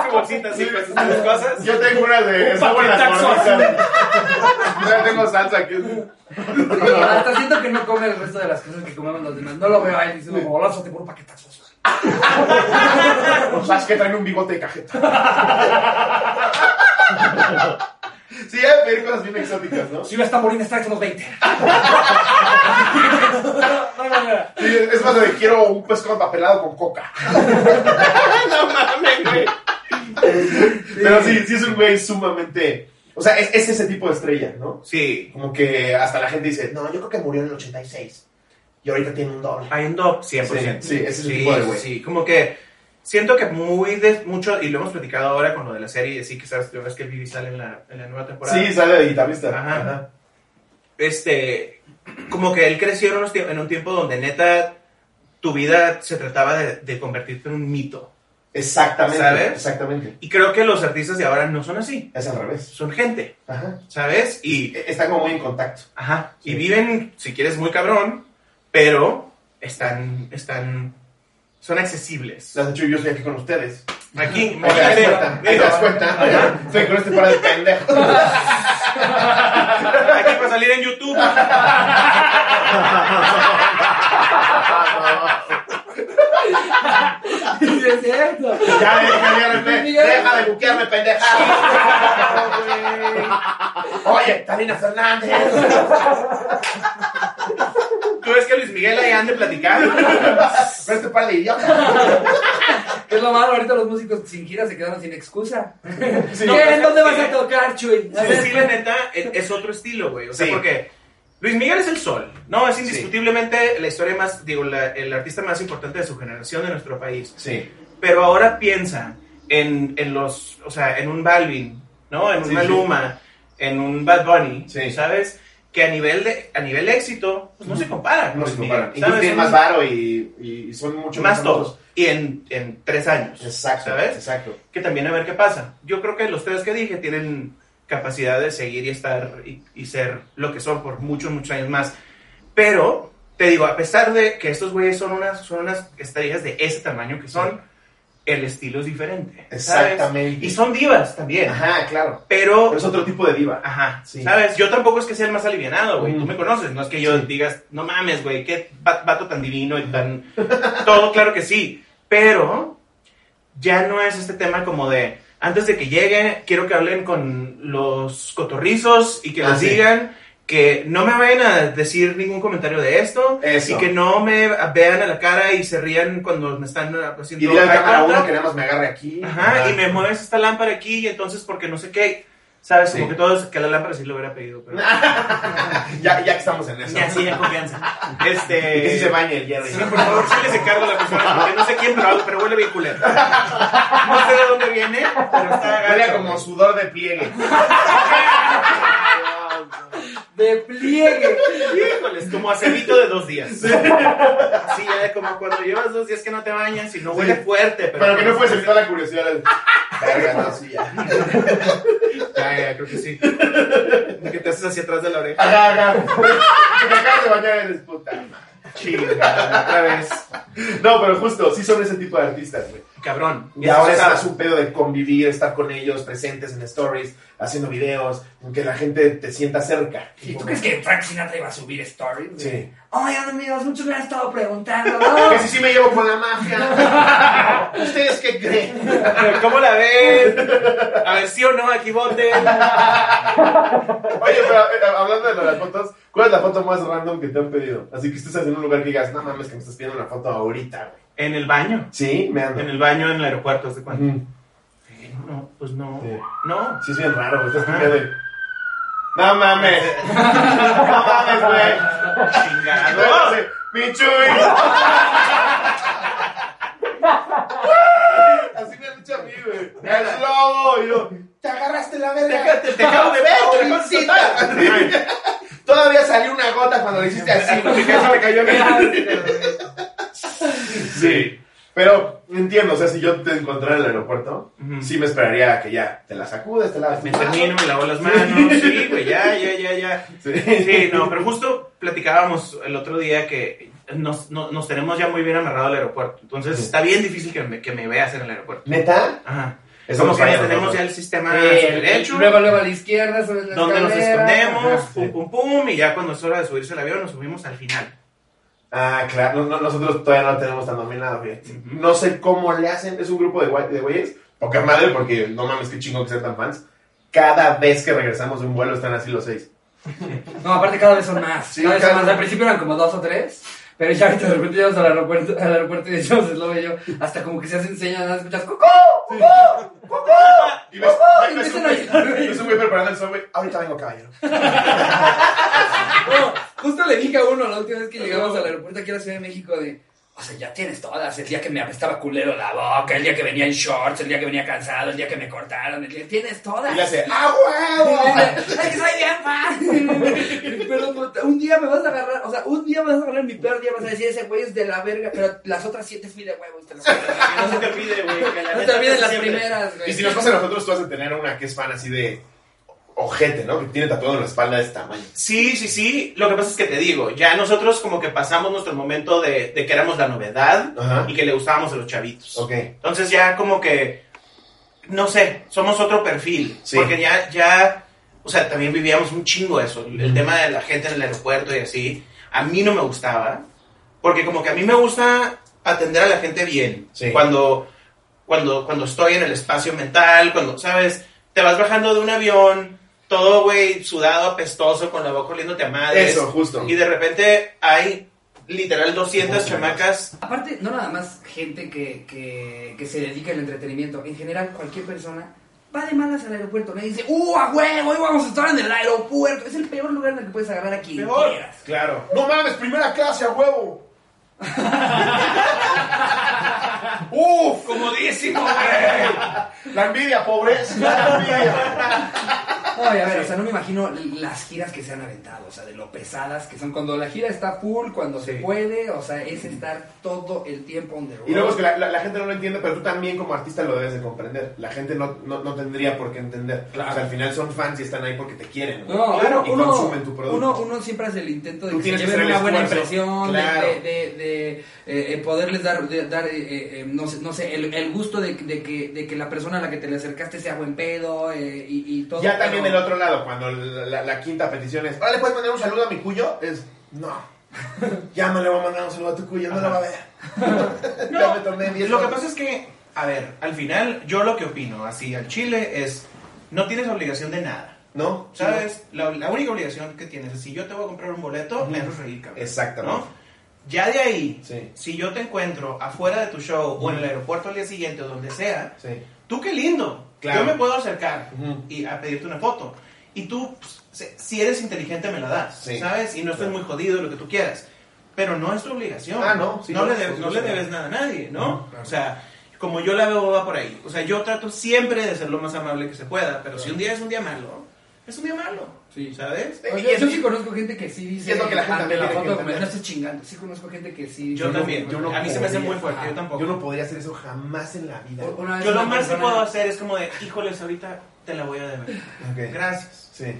C: Su bolsita así,
B: pues,
C: con sus tres cosas.
B: Yo tengo una de. Estaba en las
F: paquetaxo así.
B: gorditas. Ya tengo salsa aquí.
A: Hasta siento que no come el resto de las cosas que comemos los demás. No lo veo a él diciendo como lánzate por un paquetazo.
B: Más que traen un bigote de cajeta. Sí, hay que pedir cosas bien exóticas, ¿no?
A: Si va a estar Molina, está en unos 20.
F: No, no, no.
B: Sí, es más de quiero un pescado papelado con coca. no mames, güey. Pero sí, sí es un güey sumamente. O sea, es, es ese tipo de estrella, ¿no?
C: Sí.
B: Como que hasta la gente dice, no, yo creo que murió en el 86. Y ahorita tiene un doble.
C: Hay un dop 100%.
B: Sí, sí, ese es el
C: Sí,
B: tipo de güey.
C: Sí, como que siento que muy de, mucho, y lo hemos platicado ahora con lo de la serie, sí, que sabes, es que el Vivi sale en la, en la nueva temporada.
B: Sí, sale de guitarrista.
C: Ajá. Este, como que él creció en, unos tie- en un tiempo donde neta tu vida se trataba de, de convertirte en un mito.
B: Exactamente.
C: ¿Sabes?
B: Exactamente.
C: Y creo que los artistas de ahora no son así.
B: Es al revés.
C: Son gente,
B: Ajá.
C: ¿sabes? Y,
B: E- Está como muy en contacto.
C: ajá, y
B: Sí.
C: viven, si quieres, muy cabrón, pero están, están, son accesibles.
B: Las hecho yo estoy aquí con ustedes.
C: Aquí,
B: Ahí te das
C: mira,
B: cuenta. Ahí te
C: mira,
B: das cuenta. Estoy con este par de pendejos.
C: Aquí para salir en YouTube.
A: Sí, es cierto.
B: Ya, deja de- deja de buquearme, pendeja. Oye, Talina Fernández.
C: Tú ves que Luis Miguel ahí ande platicando.
B: Pero este par de idiotas.
A: Es lo malo, ahorita los músicos sin gira se quedaron sin excusa.
B: Sí.
A: ¿Qué? ¿En
C: no,
A: dónde
C: sí.
A: vas a tocar, Chuy? A ver,
C: Sí, la neta, es es otro estilo, güey. O sea,
B: Sí.
C: porque Luis Miguel es el sol, ¿no? Es indiscutiblemente la historia más, digo, la- el artista más importante de su generación de nuestro país.
B: Sí.
C: Pero ahora piensa en, en los, o sea, en un Balvin, ¿no? En un
B: Sí,
C: Maluma, en un Bad Bunny,
B: Sí.
C: ¿sabes? Que a nivel de, a nivel de éxito, pues no se compara. con
B: No se
C: Luis Miguel,
B: comparan. Y
C: ¿sabes?
B: tienen
C: Son
B: más varo y, y son mucho
C: más
B: famosos.
C: todos. Y en, en tres años.
B: Exacto.
C: ¿Sabes?
B: Exacto.
C: que también a ver qué pasa. Yo creo que los tres que dije tienen capacidad de seguir y estar y, y ser lo que son por muchos, muchos años más. Pero, te digo, a pesar de que estos güeyes son unas, son unas estrellas de ese tamaño que son, el estilo es diferente. ¿sabes?
B: Exactamente.
C: Y son divas también.
B: Ajá, claro.
C: Pero,
B: Pero es otro tipo de diva.
C: ajá,
B: Sí.
C: ¿sabes? Yo tampoco es que sea el más alivianado, güey. Tú
B: Mm.
C: me conoces, no es que yo
B: Sí.
C: digas, no mames, güey, qué va- vato tan divino y tan... Todo, claro que sí. Pero ya no es este tema como de, antes de que llegue, quiero que hablen con los cotorrizos y que
B: Ah,
C: les
B: sí.
C: digan que no me vayan a decir ningún comentario de esto
B: Eso.
C: y que no me vean a la cara y se rían cuando me están ah, haciendo...
B: Y dile al
C: cara
B: cámara
C: corta".
B: uno que nada más me agarre aquí.
C: Ajá, y me mueves esta lámpara aquí y entonces porque no sé qué. ¿Sabes?
B: Sí.
C: Como
B: Ah.
C: que todos, que la lámpara sí lo hubiera pedido, pero...
B: Ya, ya que estamos en eso.
C: Ya, sí, ya confianza.
B: Y que sí se
C: Este...
B: bañe el Jerry.
C: Sí, por favor, sí les encargo a la persona, porque no sé quién, pero, pero huele bien culero. No sé de dónde viene, pero está
B: Huele
C: Ah, gacho,
B: como
C: güey.
B: sudor de pliegue.
A: De pliegue.
C: Híjoles, como a cebito de dos días. Así, ya como cuando llevas dos días que no te bañas y no huele fuerte. Pero,
B: Pero que no fuese toda la curiosidad. el- Verga, no, sí, ya.
C: Ya, ya, creo que sí. De que te haces hacia atrás de la oreja.
B: Ajá, ajá. Si te acabas de bañar eres puta. madre.
C: Chinga, otra vez.
B: No, pero justo, sí son ese tipo de artistas, güey.
C: Cabrón.
B: Y ahora es
C: Eso
B: más un pedo de convivir, estar con ellos, presentes en stories, haciendo videos, en que la gente te sienta cerca.
A: ¿Y tú crees que Frank Sinatra iba a subir stories? de,
B: Sí.
A: Ay, amigos, muchos me han estado preguntando.
B: Que si sí me llevo con la mafia. ¿Ustedes qué creen?
C: ¿Cómo la ven? A ver, sí o no, aquí voten.
B: Oye, pero eh, hablando de lo de las fotos, ¿cuál es la foto más random que te han pedido? Así que estés en un lugar que digas, no mames, que me estás pidiendo una foto ahorita, güey.
C: En el baño.
B: Sí, me ando.
C: En el baño, en el aeropuerto, ¿de cuándo?
B: Ujú.
C: Eh, No, pues no.
B: Sí.
C: No.
B: Sí, es bien raro, güey. Estás
C: Ajá.
B: pidiendo. y- No mames. No mames, güey.
C: Chingado.
B: ¡Mi Chuy! Así me han dicho a mí, cayó en el- Sí. Pero entiendo, o sea, si yo te encontrara en el aeropuerto,
C: Ujú.
B: sí me esperaría a que ya te la sacudes, te laves.
C: Me
B: tus manos.
C: termino, me lavo las manos, sí, güey, ya, ya, ya, ya. Sí, no, pero justo platicábamos el otro día que nos, no- nos tenemos ya muy bien amarrado al aeropuerto. Entonces
B: Sí.
C: está bien difícil que me, que me veas en el aeropuerto.
B: ¿Neta?
C: Ajá.
B: Eso
C: Como
B: nos
C: que ya
B: pasa a
C: tenemos
B: nosotros.
C: ya el sistema
A: El-
C: hecho.
A: Luego, luego a la izquierda, sobre la
C: donde nos
A: escalera.
C: escondemos,
B: Ajá, sí.
C: pum, pum, pum, y ya cuando es hora de subirse al avión nos subimos al final.
B: Ah, claro, no- no, nosotros todavía no tenemos tan dominado, fíjate.
C: Ujú.
B: No sé cómo le hacen, es un grupo de guay- de güeyes, poca madre, porque no mames, qué chingón que sean tan fans. Cada vez que regresamos de un vuelo están así los seis.
A: No, aparte cada vez son más.
B: Sí,
A: cada vez
B: cada-
A: son más. Al principio eran como dos o tres. Pero ya ahorita de repente llegamos al aeropuerto, al aeropuerto y decimos, lo veo yo, hasta como que se hacen señas, nada más escuchas, ¡Cucú! ¡Cucú! ¡Cucú!
B: Y ves,
A: ¡Cucú!
B: ves-
A: Oh,
B: ves
A: Y
B: un
A: empiezan a llorar.
B: güey- ves un güey preparando el subway, ahorita vengo, caballero.
A: No, justo le dije a uno la última vez que llegamos al aeropuerto aquí a la Ciudad de México de, o sea, ya tienes todas, el día que me apestaba culero la boca, el día "Oh, que venía en shorts, el día que venía cansado, el día que me cortaron, el día, tienes todas.
B: Y le hace, ¡ah, huevo!
A: Ay, que soy bien fan. Pero pues, un día me vas a agarrar, o sea, un día me vas a agarrar mi peor día, vas a decir, ese güey es de la verga, pero las otras siete fui de huevos. te las-
C: No se te olvide, güey.
A: No te olvides las primeras, güey.
B: Y si nos pasa a nosotros, tú vas a tener una que es fan así de ojete, ¿no? Que tiene tatuado en la espalda de este tamaño.
C: Sí, sí, sí. Lo que pasa es que te digo, ya nosotros como que pasamos nuestro momento de, de que éramos la novedad
B: Ajá.
C: y que le gustábamos a los chavitos.
B: Ok.
C: Entonces ya como que, no sé, somos otro perfil.
B: Sí.
C: Porque ya, ya, o sea, también vivíamos un chingo eso. El tema de la gente en el aeropuerto y así. A mí no me gustaba. Porque como que a mí me gusta atender a la gente bien.
B: Sí.
C: Cuando, cuando, cuando estoy en el espacio mental, cuando, ¿sabes? Te vas bajando de un avión, todo, güey, sudado, apestoso, con la boca oliéndote a madres.
B: Eso, justo.
C: Y de repente hay literal 200
B: Ojo,
C: chamacas.
A: Aparte, no nada más gente que, que, que se dedica al entretenimiento. En general, cualquier persona va de malas al aeropuerto. Me dice, ¡uh, a huevo! Hoy vamos a estar en el aeropuerto. Es el peor lugar en el que puedes agarrar a quien
C: Peor.
A: quieras.
B: Claro. No mames, primera clase a huevo. Uf,
C: Comodísimo,
B: la envidia, pobreza, la envidia.
A: No, y a ver, o sea, no me imagino las giras que se han aventado, o sea, de lo pesadas que son. Cuando la gira está full, cuando se
C: Sí.
A: puede, o sea, es estar todo el tiempo on the road.
B: Y luego es que la, la- la gente no lo entiende, pero tú también como artista lo debes de comprender. La gente no, no, no tendría por qué entender.
A: Claro.
B: O sea, al final son fans y están ahí porque te quieren. güey.
A: No,
B: Claro,
A: uno,
B: y
A: uno-
B: consumen tu producto.
A: uno- uno siempre hace el intento de
B: Tú
A: que se
B: tienes que
A: lleven
B: hacer el
A: una buena
B: esfuerzo,
A: impresión, de-
B: claro.
A: de, de- de, eh, eh, poderles dar, de- dar eh, eh, eh, no sé, no sé el, el gusto de, de que, de que la persona a la que te le acercaste sea buen pedo eh, y, y todo.
B: ya también
A: pero-
B: del otro lado, cuando la, la- la quinta petición es, ¿le puedes mandar un saludo a mi cuyo? Es, no. Ya me le voy a mandar un saludo a tu cuyo, no lo va a ver. ya me tomé 10
C: Lo que pasa es que, a ver, al final, yo lo que opino, así al Chile, es: no tienes obligación de nada.
B: ¿No?
C: ¿Sabes? La, la única obligación que tienes es: si yo te voy a comprar un boleto, me haces reír, cabrón.
B: Exactamente.
C: ¿No? Ya de ahí,
B: Sí.
C: si yo te encuentro afuera de tu show o en el aeropuerto al día siguiente o donde sea,
B: Sí.
C: tú qué lindo.
B: Claro.
C: Yo me puedo acercar
B: Ujú.
C: y a pedirte una foto. Y tú, pues, se- si eres inteligente, me la das,
B: Sí.
C: ¿sabes? Y no estés
B: Claro.
C: muy jodido, lo que tú quieras. Pero no es tu obligación.
B: Ah, no, sí,
C: no,
B: no,
C: le, deb-
B: por
C: no le
B: supuesto.
C: debes nada a nadie, ¿no?
B: Ujú, claro.
C: O sea, como yo la veo, va por ahí. O sea, yo trato siempre de ser lo más amable que se pueda. Pero si un día es un día malo, es un día malo,
A: Sí.
C: ¿sabes?
A: Oye, yo, sí conozco gente que sí dice
B: Y es lo que la gente
A: ante la
B: quiere
A: foto,
B: que
A: como,
B: entender.
A: no estoy chingando. Sí conozco gente que sí.
C: Yo
A: no-
C: también.
B: yo no
C: a mí se me hace
B: podría.
C: muy fuerte, yo tampoco.
B: Yo no podría hacer eso jamás en la vida.
A: Una vez
C: Yo lo
A: una
C: más que
A: persona-
C: puedo hacer es como de, híjoles, ahorita te la voy a deber.
B: Ok.
C: Gracias.
B: Sí.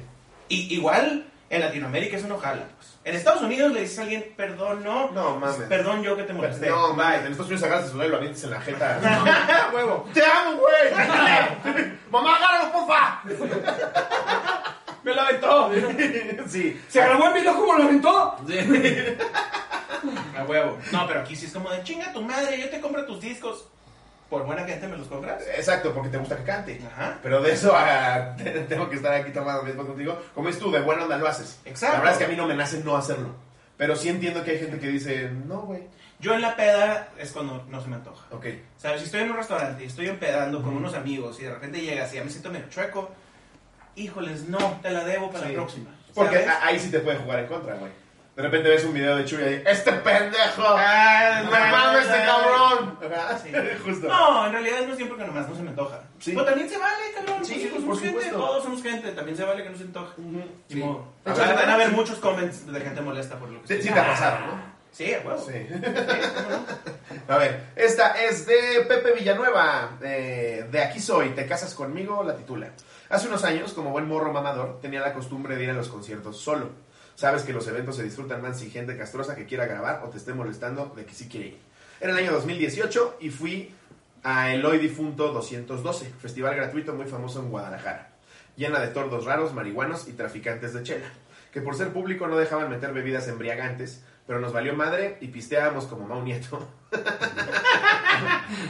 C: Y igual en Latinoamérica eso no jala. pues. En Estados Unidos le dices a alguien, perdón, no.
B: No, mames.
C: Perdón yo que te molesté.
B: No, bye. Este, En Estados Unidos agarras el celular y lo avientes en la jeta.
C: huevo.
B: ¡Te amo, güey! ¡Mamá, agárralo, porfa!
C: Me lo aventó.
B: Sí.
A: Se grabó en mi loco como lo aventó.
C: A huevo. No, pero aquí sí es como de, chinga tu madre, yo te compro tus discos. Por buena gente me los compras.
B: Exacto, porque te gusta que cante.
C: Ajá.
B: Pero de eso a, tengo que estar aquí tomando tiempo contigo. Como es tú, de buena onda lo haces.
C: Exacto.
B: La verdad es que a mí no me nace no hacerlo. Pero sí entiendo que hay gente que dice, no, güey.
C: Yo en la peda es cuando no se me antoja.
B: Ok.
C: ¿Sabes? Si estoy en un restaurante y estoy empedando con unos amigos y de repente llegas y ya me siento medio chueco, híjoles, no, te la debo para
B: Sí.
C: la próxima.
B: Porque ah,
C: ¿Sabes?
B: a- ahí sí te puede jugar en contra, güey. De repente ves un video de Chuy ahí, ¡Este pendejo!
C: Ah,
B: ¡Me
C: no,
B: mames
C: no,
B: este
C: no.
B: cabrón!
C: Sí.
B: Justo.
C: No, en realidad no es tiempo que nomás no se me antoja.
B: Sí.
C: Pero también se vale, cabrón.
B: Sí,
C: pues, somos
B: por
C: gente,
B: supuesto.
C: todos somos gente. También se vale que no se antoje.
B: Ujú.
C: Ni modo.
A: De
C: A ver,
A: hecho, se
C: van
A: vale.
C: a haber muchos comments de gente molesta por lo que
B: Sí, sí
C: estoy
B: te ha pasado, ¿no?
C: Sí, a huevo.
B: Sí. A ver, esta es de Pepe Villanueva. De, de Aquí soy, te casas conmigo, la titula. Hace unos años, como buen morro mamador, tenía la costumbre de ir a los conciertos solo. Sabes que los eventos se disfrutan más sin gente castrosa que quiera grabar o te esté molestando de que sí quiere ir. Era el año 2018 y fui a El Hoy Difunto 212, festival gratuito muy famoso en Guadalajara, llena de tordos raros, marihuanos y traficantes de chela, que por ser público no dejaban meter bebidas embriagantes, pero nos valió madre y pisteábamos como Mau Nieto.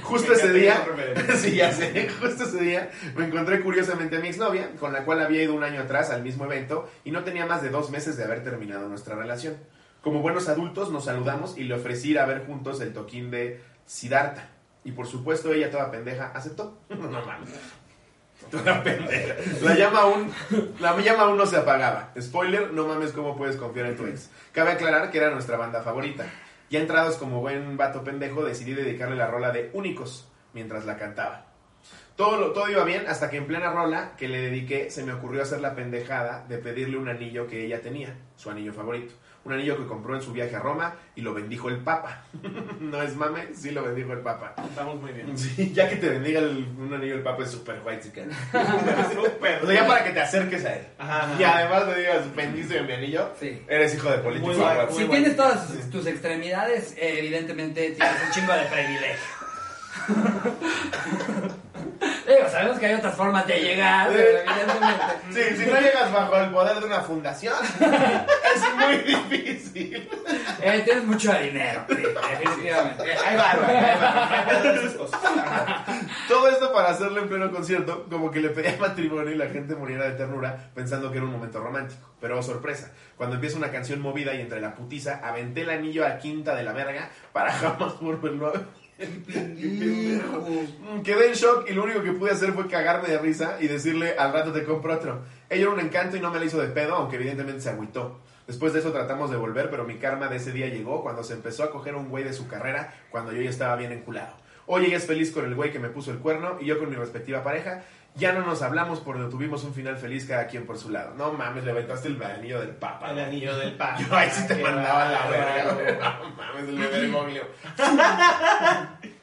B: Justo
C: Me
B: ese
C: encanta
B: día,
C: que no referencia.
B: sí, ya sé, justo ese día me encontré curiosamente a mi exnovia, con la cual había ido un año atrás al mismo evento y no tenía más de dos meses de haber terminado nuestra relación. Como buenos adultos nos saludamos y le ofrecí ir a ver juntos el toquín de Siddhartha. Y por supuesto ella toda pendeja aceptó. No mames. Toda pendeja. La llama aún, la llama aún no se apagaba. Spoiler, no mames cómo puedes confiar en tu ex. Cabe aclarar que era nuestra banda favorita. Ya entrados como buen vato pendejo, decidí dedicarle la rola de Únicos mientras la cantaba. Todo, lo- todo iba bien hasta que en plena rola que le dediqué se me ocurrió hacer la pendejada de pedirle un anillo que ella tenía, su anillo favorito. Un anillo que compró en su viaje a Roma y lo bendijo el Papa. no es mame, sí lo bendijo el Papa.
C: Estamos muy bien.
B: Sí, ya que te bendiga el- un anillo el Papa es super white chicken.
C: Súper.
B: O sea, ya para que te acerques a él.
C: Ajá, ajá.
B: Y además le digas, bendice mi anillo,
A: Sí.
B: eres hijo de político.
C: Muy guay,
B: ahora sí.
A: Si tienes todas tus- tus extremidades, eh, evidentemente tienes un chingo de privilegio. Digo, sabemos que hay otras formas de llegar, pero evidentemente.
B: Sí, si no llegas bajo el poder de una fundación, es muy difícil.
A: Eh, tienes mucho dinero, sí, definitivamente.
C: Eh, Ahí va, güey, ahí va. No hay pedo de esas cosas.
B: Todo esto para hacerlo en pleno concierto, como que le pedía matrimonio y la gente muriera de ternura pensando que era un momento romántico. Pero oh, sorpresa, cuando empieza una canción movida y entre la putiza, aventé el anillo a quinta de la verga para jamás volverlo a ver. Mm, Quedé en shock y lo único que pude hacer fue cagarme de risa y decirle al rato te compro otro. Ella era un encanto y no me la hizo de pedo, aunque evidentemente se agüitó. Después de eso tratamos de volver, pero mi karma de ese día llegó cuando se empezó a coger un güey de su carrera cuando yo ya estaba bien enculado. Hoy ella es feliz con el güey que me puso el cuerno y yo con mi respectiva pareja. Ya no nos hablamos porque tuvimos un final feliz cada quien por su lado. No mames, le aventaste el anillo del papa.
C: El
B: güey.
C: anillo del papa.
B: Yo ahí sí te
C: Qué
B: mandaba la
C: bárbaro.
B: verga, güey. No mames, el demonio.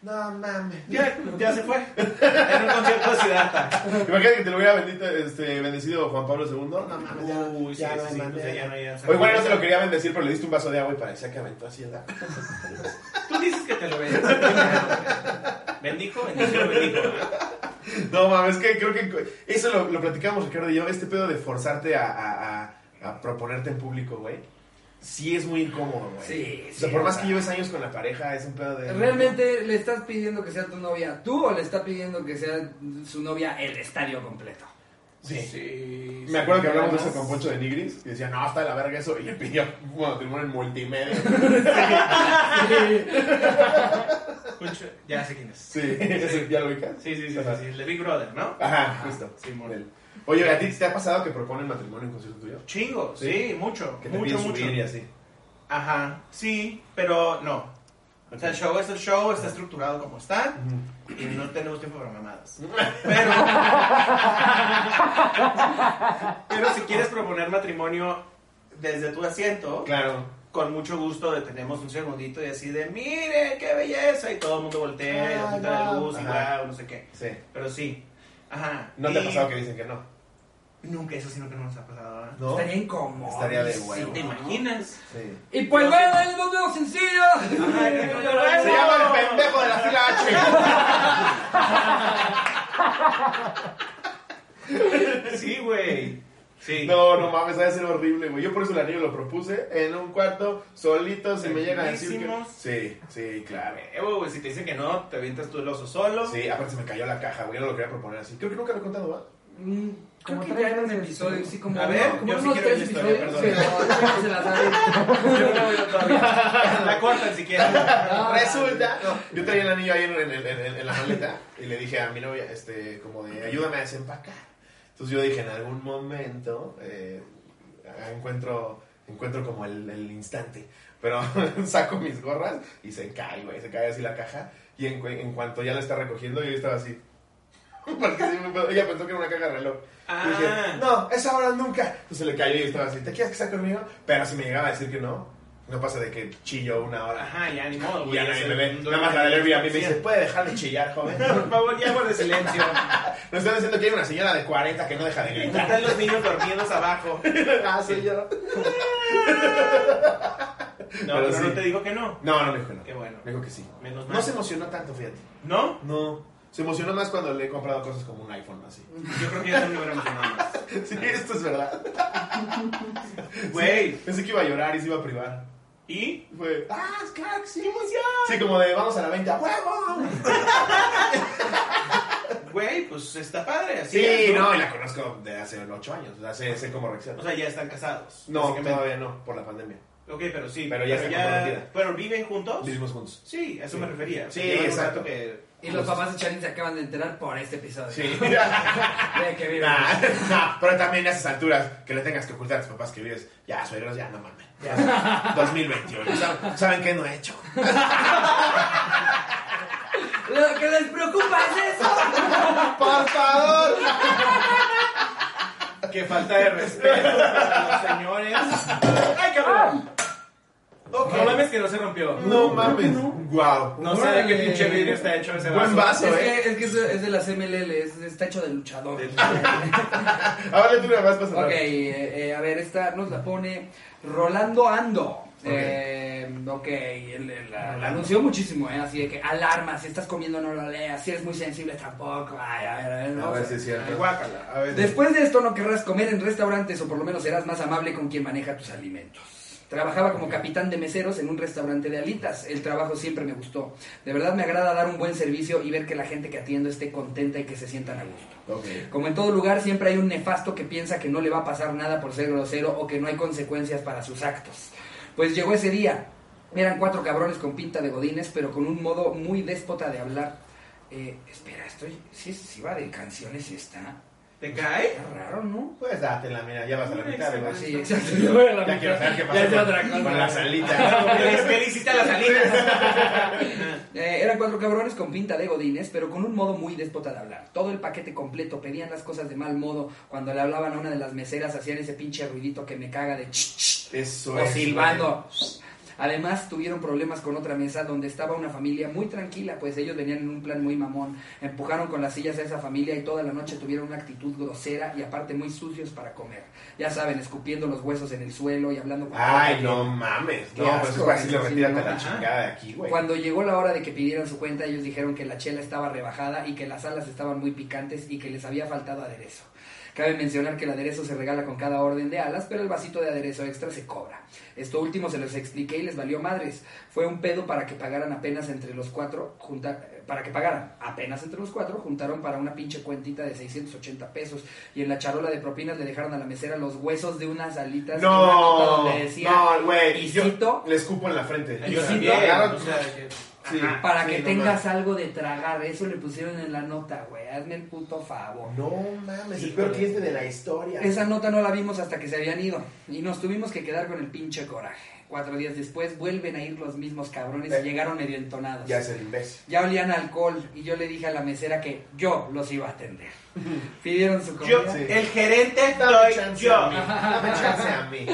B: No mames.
C: Ya, ya se fue. En un concierto de Siddhartha.
B: Imagínate que te lo hubiera bendito, este, bendecido Juan Pablo II. No mames, ya.
C: Uy, sí,
B: ya,
C: sí,
B: no
C: sí,
B: mames,
C: pues,
B: ya.
C: ya no, ya.
B: O igual no te lo quería bendecir, pero le diste un vaso de agua y parecía que aventó así, ¿verdad?
C: Tú dices que te lo ves. Bendijo, bendijo, bendijo.
B: No mames, es que creo que eso lo, lo platicamos, Ricardo y yo. Este pedo de forzarte a, a- a- a proponerte en público, güey. Sí es muy incómodo, güey.
A: Sí,
B: O sea,
A: sí,
B: por
A: o
B: más
A: sea.
B: que lleves años con la pareja, es un pedo de.
A: ¿Realmente le estás pidiendo que sea tu novia tú o le estás pidiendo que sea su novia el estadio completo?
B: Sí.
C: Sí.
B: Me acuerdo que hablamos de eso con Poncho de Nigris y decía, no, hasta la verga eso. Y le pidió bueno, terminó en multimedia.
C: Poncho- Ya sé quién es.
B: Sí, ¿Ese ¿ya lo ubicas?
C: Sí, sí, sí,
B: Ajá.
C: sí, sí. Le Big Brother, ¿no?
B: Ajá, justo.
C: Sí, mon.
B: Del- Oye, ¿a ti te ha pasado que proponen matrimonio en concierto tuyo?
C: Chingo, sí, mucho.
B: Que te
C: mucho,
B: piden
C: mucho.
B: subir y así.
C: Ajá, sí, pero no. O sea, el show es el show, está estructurado como está y no tenemos tiempo para mamadas. Pero, pero si quieres proponer matrimonio desde tu asiento,
B: Claro.
C: con mucho gusto detenemos un segundito y así de, miren qué belleza y todo el mundo voltea y
B: Ah,
C: apunta la
B: wow.
C: luz y
B: Ajá.
C: wow, no sé qué.
B: Sí.
C: Pero sí, ajá.
B: ¿No te ha
C: y-
B: pasado que dicen que no?
C: Nunca, eso sí nunca nos ha pasado. ¿verdad?
B: ¿No?
A: Estaría incómodo.
B: Estaría de
C: Sí,
B: huevo.
C: ¿Te imaginas?
B: Sí.
A: Y pues bueno, ahí nos vemos en Sirio.
C: Ay, que nos vemos.
B: Se llama el pendejo de la fila H.
C: Sí, güey. Sí.
B: No, no mames, ha de ser horrible, güey. Yo por eso el anillo lo propuse en un cuarto, solito, si me llegan a decir que...
C: Tranquilísimos.
B: Sí, sí, claro.
C: Huevo, eh, güey, si te dicen que no, te avientas tú el oso solo.
B: Sí, aparte se me cayó la caja, güey, yo no lo quería proponer así. Creo que nunca lo he contado, ¿va?
A: Mm, Creo que ya en un episodio, sí, como,
C: A ver,
A: como
C: yo sí
A: unos
C: quiero
A: tres
C: ver la historia,
A: episodios.
C: perdón.
A: pero no se las sabe.
C: Yo no veo todavía. La cortan si quieren.
A: Ah.
B: Resulta, no, yo traía el anillo ahí en, en- en- en- en la maleta y le dije a mi novia, este, como de, ayúdame a desempacar. Entonces yo dije, en algún momento eh, encuentro, encuentro como el, el instante. Pero saco mis gorras y se cae, güey, se cae así la caja. Y en, cu- en cuanto ya la está recogiendo, yo estaba así. Porque sí me- ella pensó que era una caja de reloj. Y dije,
C: Ah.
B: no, esa hora nunca. Entonces se le cayó y yo estaba así, ¿te quieres casar conmigo? Pero si me llegaba a decir que no, No pasa de que chillo una hora.
C: Ajá, ya ni modo, güey.
B: Y a
C: ya
B: nadie
C: se-
B: me ve.
C: un
B: Nada más la del Airbnb me dice,
C: Por
B: ¿puede dejar de chillar, joven?
C: favor, ya guarde silencio.
B: Nos están diciendo que hay una señora de 40 que no deja de gritar.
C: Están los niños dormidos abajo.
B: ah, soy yo.
C: No,
B: Pero
C: pero
B: sí.
C: no te digo que no.
B: No, no me dijo que no.
C: Qué bueno.
B: Me dijo que sí.
C: Menos mal.
B: No se emocionó tanto, fíjate.
C: ¿No?
B: No. Se emocionó más cuando le he comprado cosas como un iPhone, así.
C: Yo creo que yo también hubiera emocionado más.
B: Sí, esto es verdad.
C: Güey,
B: Pensé que iba a llorar y se iba a privar.
C: ¿y?
B: Fue, ¡ah, crack, sí, emoción! Sí, como de, vamos a la venta, ¡huevo!
C: Güey, pues está padre. Así
B: Sí,
C: es,
B: no, y la conozco de hace 8 años, o sea, sé, sé cómo reacciona.
C: O sea, ya están casados.
B: no,
C: básicamente.
B: todavía no, por la pandemia.
C: Ok, pero sí.
B: Pero ya está comprometida.
C: ¿Pero viven juntos?
B: Vivimos juntos.
C: Sí, a eso
B: Sí.
C: me refería.
B: Sí,
C: Llevan un
B: exacto.
C: rato que-
A: Y los papás de Charlie se acaban de enterar por este episodio.
B: Sí. Ah.
A: De que viven.
B: Nah, nah, pero también a esas alturas que le tengas que ocultar a tus papás que vives, ya, suegros, ya, no mames. Ya, 2021, ¿saben, ¿saben qué no he hecho?
A: Lo que les preocupa es eso.
B: ¡Por favor!
C: Qué falta de respeto a los señores. ¡Ay, cabrón! Ah. No mames que no se rompió.
B: No mames. Guau.
C: No sé de qué
A: Órale.
C: pinche vidrio está hecho ese vaso.
B: Buen vaso,
A: Es
B: ¿eh?
A: que, es, que eso es de las MLL, es, está hecho de luchador.
C: De-
B: Ahora tú una más para cerrar.
A: Ok, eh, eh, a ver, esta nos la pone Rolando Ando.
B: Ok.
A: Eh, ok, el- el- la, la anunció muchísimo, ¿eh? Así de que alarma, si estás comiendo no lo leas, si eres muy sensible tampoco. Ay, a ver, a ver,
B: A
A: no,
B: ver
A: o sea,
B: si es cierto.
C: Guácala, a ver.
A: Después de esto no querrás comer en restaurantes o por lo menos serás más amable con quien maneja tus alimentos. Trabajaba como capitán de meseros en un restaurante de alitas. El trabajo siempre me gustó. De verdad me agrada dar un buen servicio y ver que la gente que atiendo esté contenta y que se sientan a gusto.
B: Ok.
A: Como en todo lugar, siempre hay un nefasto que piensa que no le va a pasar nada por ser grosero o que no hay consecuencias para sus actos. Pues llegó ese día. Eran cuatro cabrones con pinta de godines, pero con un modo muy déspota de hablar. Eh, espera, estoy. Si va de canciones esta.
C: ¿Te cae?
A: Está raro, ¿no?
B: Pues dátela, mira, ya vas a la mitad, güey.
A: Sí, exacto. Yo voy a la
B: Ya quiero
A: mitad.
B: saber qué
A: Ya es
B: pasa
A: otra
B: con,
A: cosa.
B: con la salita.
C: Es que le hiciste a las alitas.
A: Eh, eran cuatro cabrones con pinta de godines, pero con un modo muy déspota de hablar. Todo el paquete completo, pedían las cosas de mal modo. Cuando le hablaban a una de las meseras, hacían ese pinche ruidito que me caga de ch, ch,
B: Eso
A: o
B: es.
A: silbando. Además, tuvieron problemas con otra mesa donde estaba una familia muy tranquila, pues ellos venían en un plan muy mamón. Empujaron con las sillas a esa familia y toda la noche tuvieron una actitud grosera y aparte muy sucios para comer. Ya saben, escupiendo los huesos en el suelo y hablando con
B: Ay, no mames.
A: Qué
B: No, pues
A: asco,
B: es así,
A: güey,
B: le
A: sí,
B: retírate
A: no.
B: la chingada de aquí, güey.
A: Cuando llegó la hora de que pidieran su cuenta, ellos dijeron que la chela estaba rebajada y que las alas estaban muy picantes y que les había faltado aderezo. Cabe mencionar que el aderezo se regala con cada orden de alas, pero el vasito de aderezo extra se cobra. Esto último se los expliqué y les valió madres. Fue un pedo para que pagaran apenas entre los cuatro, junta- para que pagaran apenas entre los cuatro, juntaron para una pinche cuentita de 680 pesos y en la charola de propinas le dejaron a la mesera los huesos de unas alitas y una nota
B: No,
A: donde decía,
B: no, güey.
A: y
B: Yo
A: cito-
B: le escupo en la frente.
A: Y
B: Yo
A: cito-
B: también.
C: Bien,
B: Agarro-
C: o sea, que-
B: Sí.
C: Ajá.
A: Para
B: Sí,
A: que
B: no
A: tengas algo de tragar, eso le pusieron en la nota, güey. Hazme el puto favor.
B: No mames, el
A: Híjole.
B: peor cliente de la historia.
A: Esa nota no la vimos hasta que se habían ido. Y nos tuvimos que quedar con el pinche coraje. Cuatro días después vuelven a ir los mismos cabrones
B: Eh.
A: y llegaron medio entonados.
B: Ya es el imbécil.
A: Ya olían a alcohol y yo le dije a la mesera que yo los iba a atender. Pidieron su comida.
C: Yo,
B: Sí.
C: el gerente
B: Dame
C: soy
B: chance a
C: yo.
B: mí. Dame chance a mí.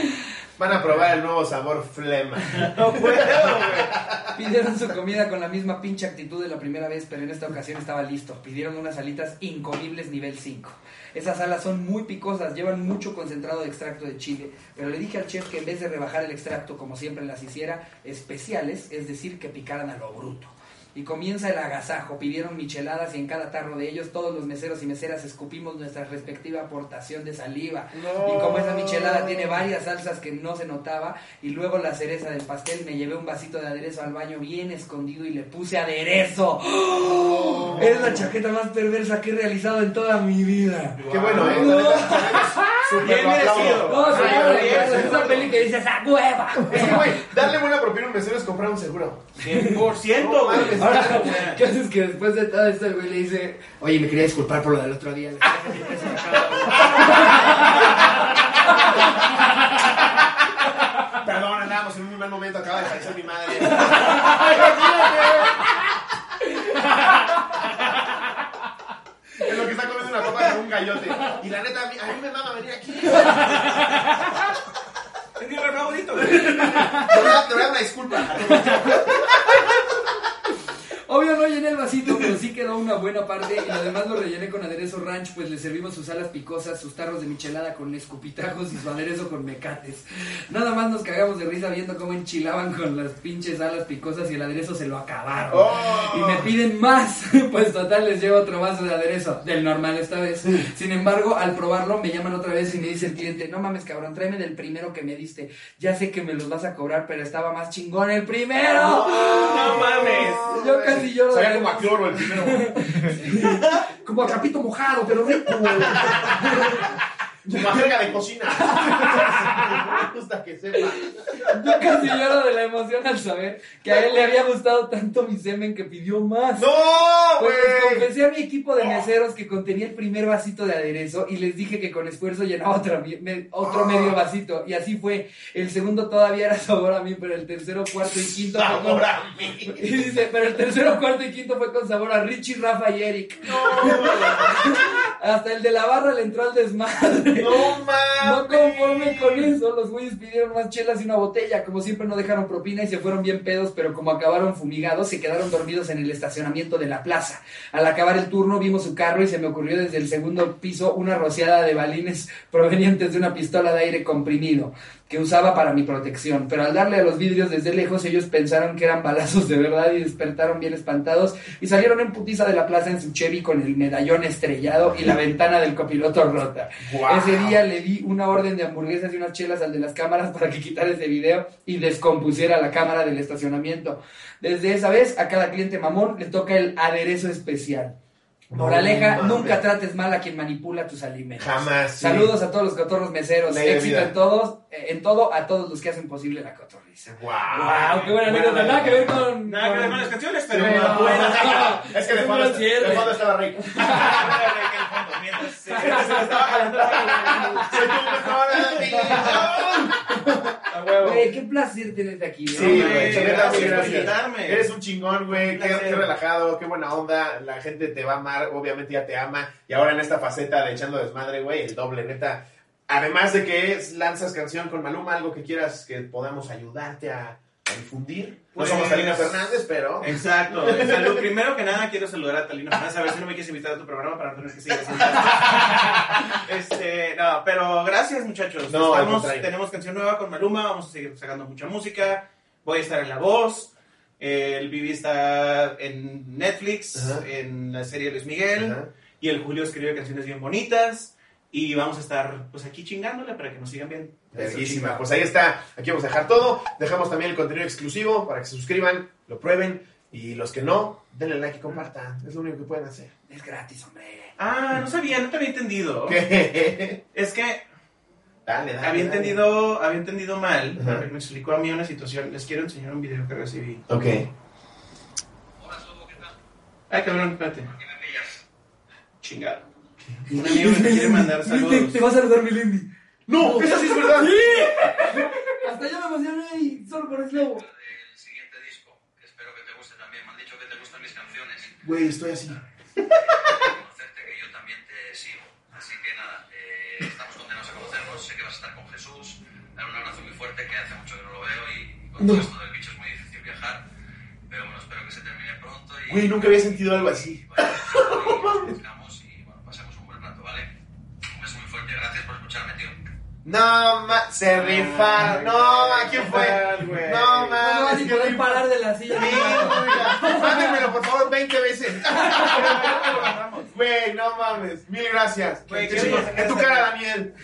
B: Van a probar el nuevo sabor flema.
C: No puedo, güey.
A: Pidieron su comida con la misma pinche actitud de la primera vez, pero en esta ocasión estaba listo. Pidieron unas alitas incomibles nivel 5. Esas alas son muy picosas, llevan mucho concentrado de extracto de chile, pero le dije al chef que en vez de rebajar el extracto como siempre las hiciera, especiales, es decir, que picaran a lo bruto. Y comienza el agasajo, pidieron micheladas y en cada tarro de ellos todos los meseros y meseras escupimos nuestra respectiva aportación de saliva.
B: No.
A: Y como esa michelada tiene varias salsas que no se notaba y luego la cereza del pastel, me llevé un vasito de aderezo al baño bien escondido y le puse aderezo. ¡Oh! Es la chaqueta más perversa que he realizado en toda mi vida.
B: Qué bueno, ¿eh?
A: No.
B: La neta, súper
C: Bien
B: lo aplaudo.
C: merecido.
A: No,
B: Ay,
A: señor,
B: güey,
A: es
B: es
A: esa peli que dices ¡a hueva!
B: Es que, güey, darle buena propina a un mesero es comprar un seguro.
C: 100%,
B: No
C: güey.
B: mames.
A: Ahora, ¿qué haces que después de todo esto el güey le dice, oye, me quería disculpar por lo del otro día?
B: Ah, Perdón, andábamos en un mal momento, acaba de aparecer mi madre. en lo que está comiendo una copa con un gallote. Y la neta, a mí, a mí me mama venir aquí.
C: Es mi lugar favorito, güey.
B: De verdad, de
A: Obvio no llené el vasito, pero sí quedó una buena parte y además lo rellené con aderezo ranch, pues le servimos sus alas picosas, sus tarros de michelada con escupitajos y su aderezo con mecates. Nada más nos cagamos de risa viendo cómo enchilaban con las pinches alas picosas y el aderezo se lo acabaron. Y me piden más, pues total les llevo otro vaso de aderezo, del normal esta vez. Sin embargo, al probarlo me llaman otra vez y me dice el cliente, no mames cabrón, tráeme del primero que me diste. Ya sé que me los vas a cobrar, pero estaba más chingón el primero.
C: ¡No mames!
A: Yo casi lloro.
B: Sabía como a cloro el primero.
A: Como a trapito mojado, pero rico.
B: Como a jerga de cocina. Me gusta que sepa.
A: Yo casi lloro de la emoción al saber que a él le había gustado tanto mi semen que pidió más.
B: ¡No,
A: Pues les
B: güey!
A: confesé a mi equipo de meseros que contenía el primer vasito de aderezo y les dije que con esfuerzo llenaba otro, mi- me-
B: Ah.
A: otro medio vasito. Y así fue. El segundo todavía era sabor a mí, pero el tercero, cuarto y quinto. fue con-
B: Sabor a mí.
A: Y dice, pero el tercero, cuarto y quinto fue con sabor a Richie, Rafa y Eric. Hasta el de la barra le entró al desmadre.
B: ¡No
A: No
B: mames!
A: conforme con eso, los güeyes pidieron más chelas y una botella. Como siempre, no dejaron propina y se fueron bien pedos, pero como acabaron fumigados, se quedaron dormidos en el estacionamiento de la plaza. Al acabar el turno, vimos su carro y se me ocurrió desde el segundo piso una rociada de balines provenientes de una pistola de aire comprimido que usaba para mi protección. Pero al darle a los vidrios desde lejos, ellos pensaron que eran balazos de verdad y despertaron bien espantados y salieron en putiza de la plaza en su Chevy con el medallón estrellado y la ventana del copiloto rota.
B: Guau.
A: Ese día le di una orden de hamburguesas y unas chelas al de las cámaras para que quitara ese video y descompusiera la cámara del estacionamiento. Desde esa vez, a cada cliente mamón le toca el aderezo especial. Moraleja,
B: No mames.
A: nunca trates mal a quien manipula tus alimentos.
B: Jamás. sí.
A: Saludos a todos los cotorros meseros.
B: Ley de
A: Éxito
B: vida.
A: en todos, eh, en todo, a todos los que hacen posible la cotorriza.
B: ¡Guau!
A: Wow, qué buena anécdota. Nada que ver con.
C: Nada que ver con las canciones, pero
A: Sí,
C: una
A: no.
C: buena.
B: Es que de
A: Es un
B: fondo,
A: gran cierre.
B: de fondo estaba rico.
C: Mientras se- se me estaba jalando la-
B: Soy tu mejor amigo.
C: A huevo.
A: Güey, qué placer tenerte aquí. ¿no?
B: Sí, güey,
C: güey,
B: chaveta,
C: gracias
B: güey,
C: por
B: gracias.
C: invitarme.
B: Eres un chingón, güey.
C: Un
B: Qué,
C: placer.
B: qué relajado, qué buena onda. La gente te va a amar, obviamente ya te ama. Y ahora en esta faceta de echando desmadre, güey, el doble, neta. Además de que es, lanzas canción con Maluma, algo que quieras que podamos ayudarte a, a difundir.
C: Pues-
B: no somos Talina Fernández, pero.
C: Exacto. Salud. Primero que nada, quiero saludar a Talina Fernández. A ver si no me quieres invitar a tu programa para no tener que seguir haciendo esto. Este, no, pero gracias, muchachos.
B: No, al
C: Estamos-
B: contrario.
C: tenemos canción nueva con Maluma. Vamos a seguir sacando mucha música. Voy a estar en La Voz. El Vivi está en Netflix,
B: Ajá.
C: en la serie Luis Miguel.
B: Ajá.
C: Y el Julio escribe canciones bien bonitas. Y vamos a estar pues aquí chingándole para que nos sigan bien.
B: Verguísima. Pues ahí está. Aquí vamos a dejar todo. Dejamos también el contenido exclusivo para que se suscriban, lo prueben. Y los que no, denle like y compartan. Es lo único que pueden hacer.
A: Es gratis, hombre.
C: Ah, no sabía, no te había entendido.
B: ¿Qué?
C: Es que
B: Dale, dale.
C: había
B: dale.
C: entendido, había entendido mal,
B: Ajá.
C: porque me explicó a mí una situación. Les quiero enseñar un video que recibí.
B: Ok.
C: Ay, cabrón, espérate. Chingado. Un amigo me quiere mandar
A: Te,
C: saludos.
A: te vas a saludar mi Lindy.
B: ¡No! ¡Eso sí es verdad!
A: Hasta yo me emocioné y solo por el globo.
G: del siguiente disco. que Espero que te guste también. Me han dicho que te gustan mis canciones.
B: Güey, estoy así.
G: Conocerte que yo también te sigo. Así que nada, eh, estamos contentos a conocernos. Sé que vas a estar con Jesús. Dar un abrazo muy fuerte, que hace mucho que no lo veo y con todo esto del bicho es muy difícil viajar. Pero bueno, espero que se termine pronto y
B: Güey, nunca había sentido algo así.
G: vaya, y nos conozcamos y bueno, pasemos un buen rato, ¿vale? Un beso muy fuerte, gracias por escucharme, tío.
B: No, ma... Se rifaron. No, ma... ¿Quién
C: Ay,
B: fue? No,
C: güey.
A: Pues No me
B: ma...
A: vas a poder parar de la silla.
B: Mándenmelo, por favor, 20 veces. Güey, no mames. Mil gracias.
C: Güey, qué
B: Sí,
C: bien.
B: en tu cara, Daniel.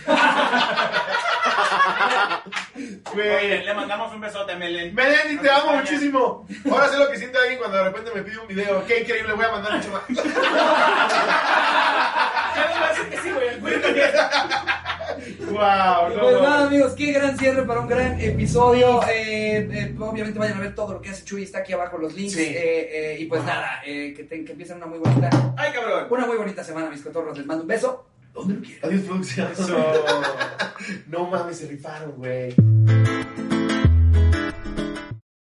C: Oye,
B: Güey.
C: le mandamos un besote, Melen.
B: Melanie, te amo
C: Acompaña.
B: muchísimo. Ahora sé lo que siente alguien cuando de repente me pide un video. Qué increíble, voy a mandar mucho más.
C: Ya me va a decir que sí, güey, el güey también.
B: Wow, no
A: Pues nada,
B: mames.
A: amigos, qué gran cierre para un gran episodio. Eh, eh, obviamente vayan a ver todo lo que hace Chuy, está aquí abajo los links.
B: Sí.
A: Eh, eh, y pues
B: Wow.
A: nada, eh, que, te- que empiecen una muy bonita,
C: Ay, cabrón.
A: una muy bonita semana, mis cotorros. Les mando un beso.
B: Adiós, producción.
C: Eso.
B: No mames, se rifaron, güey.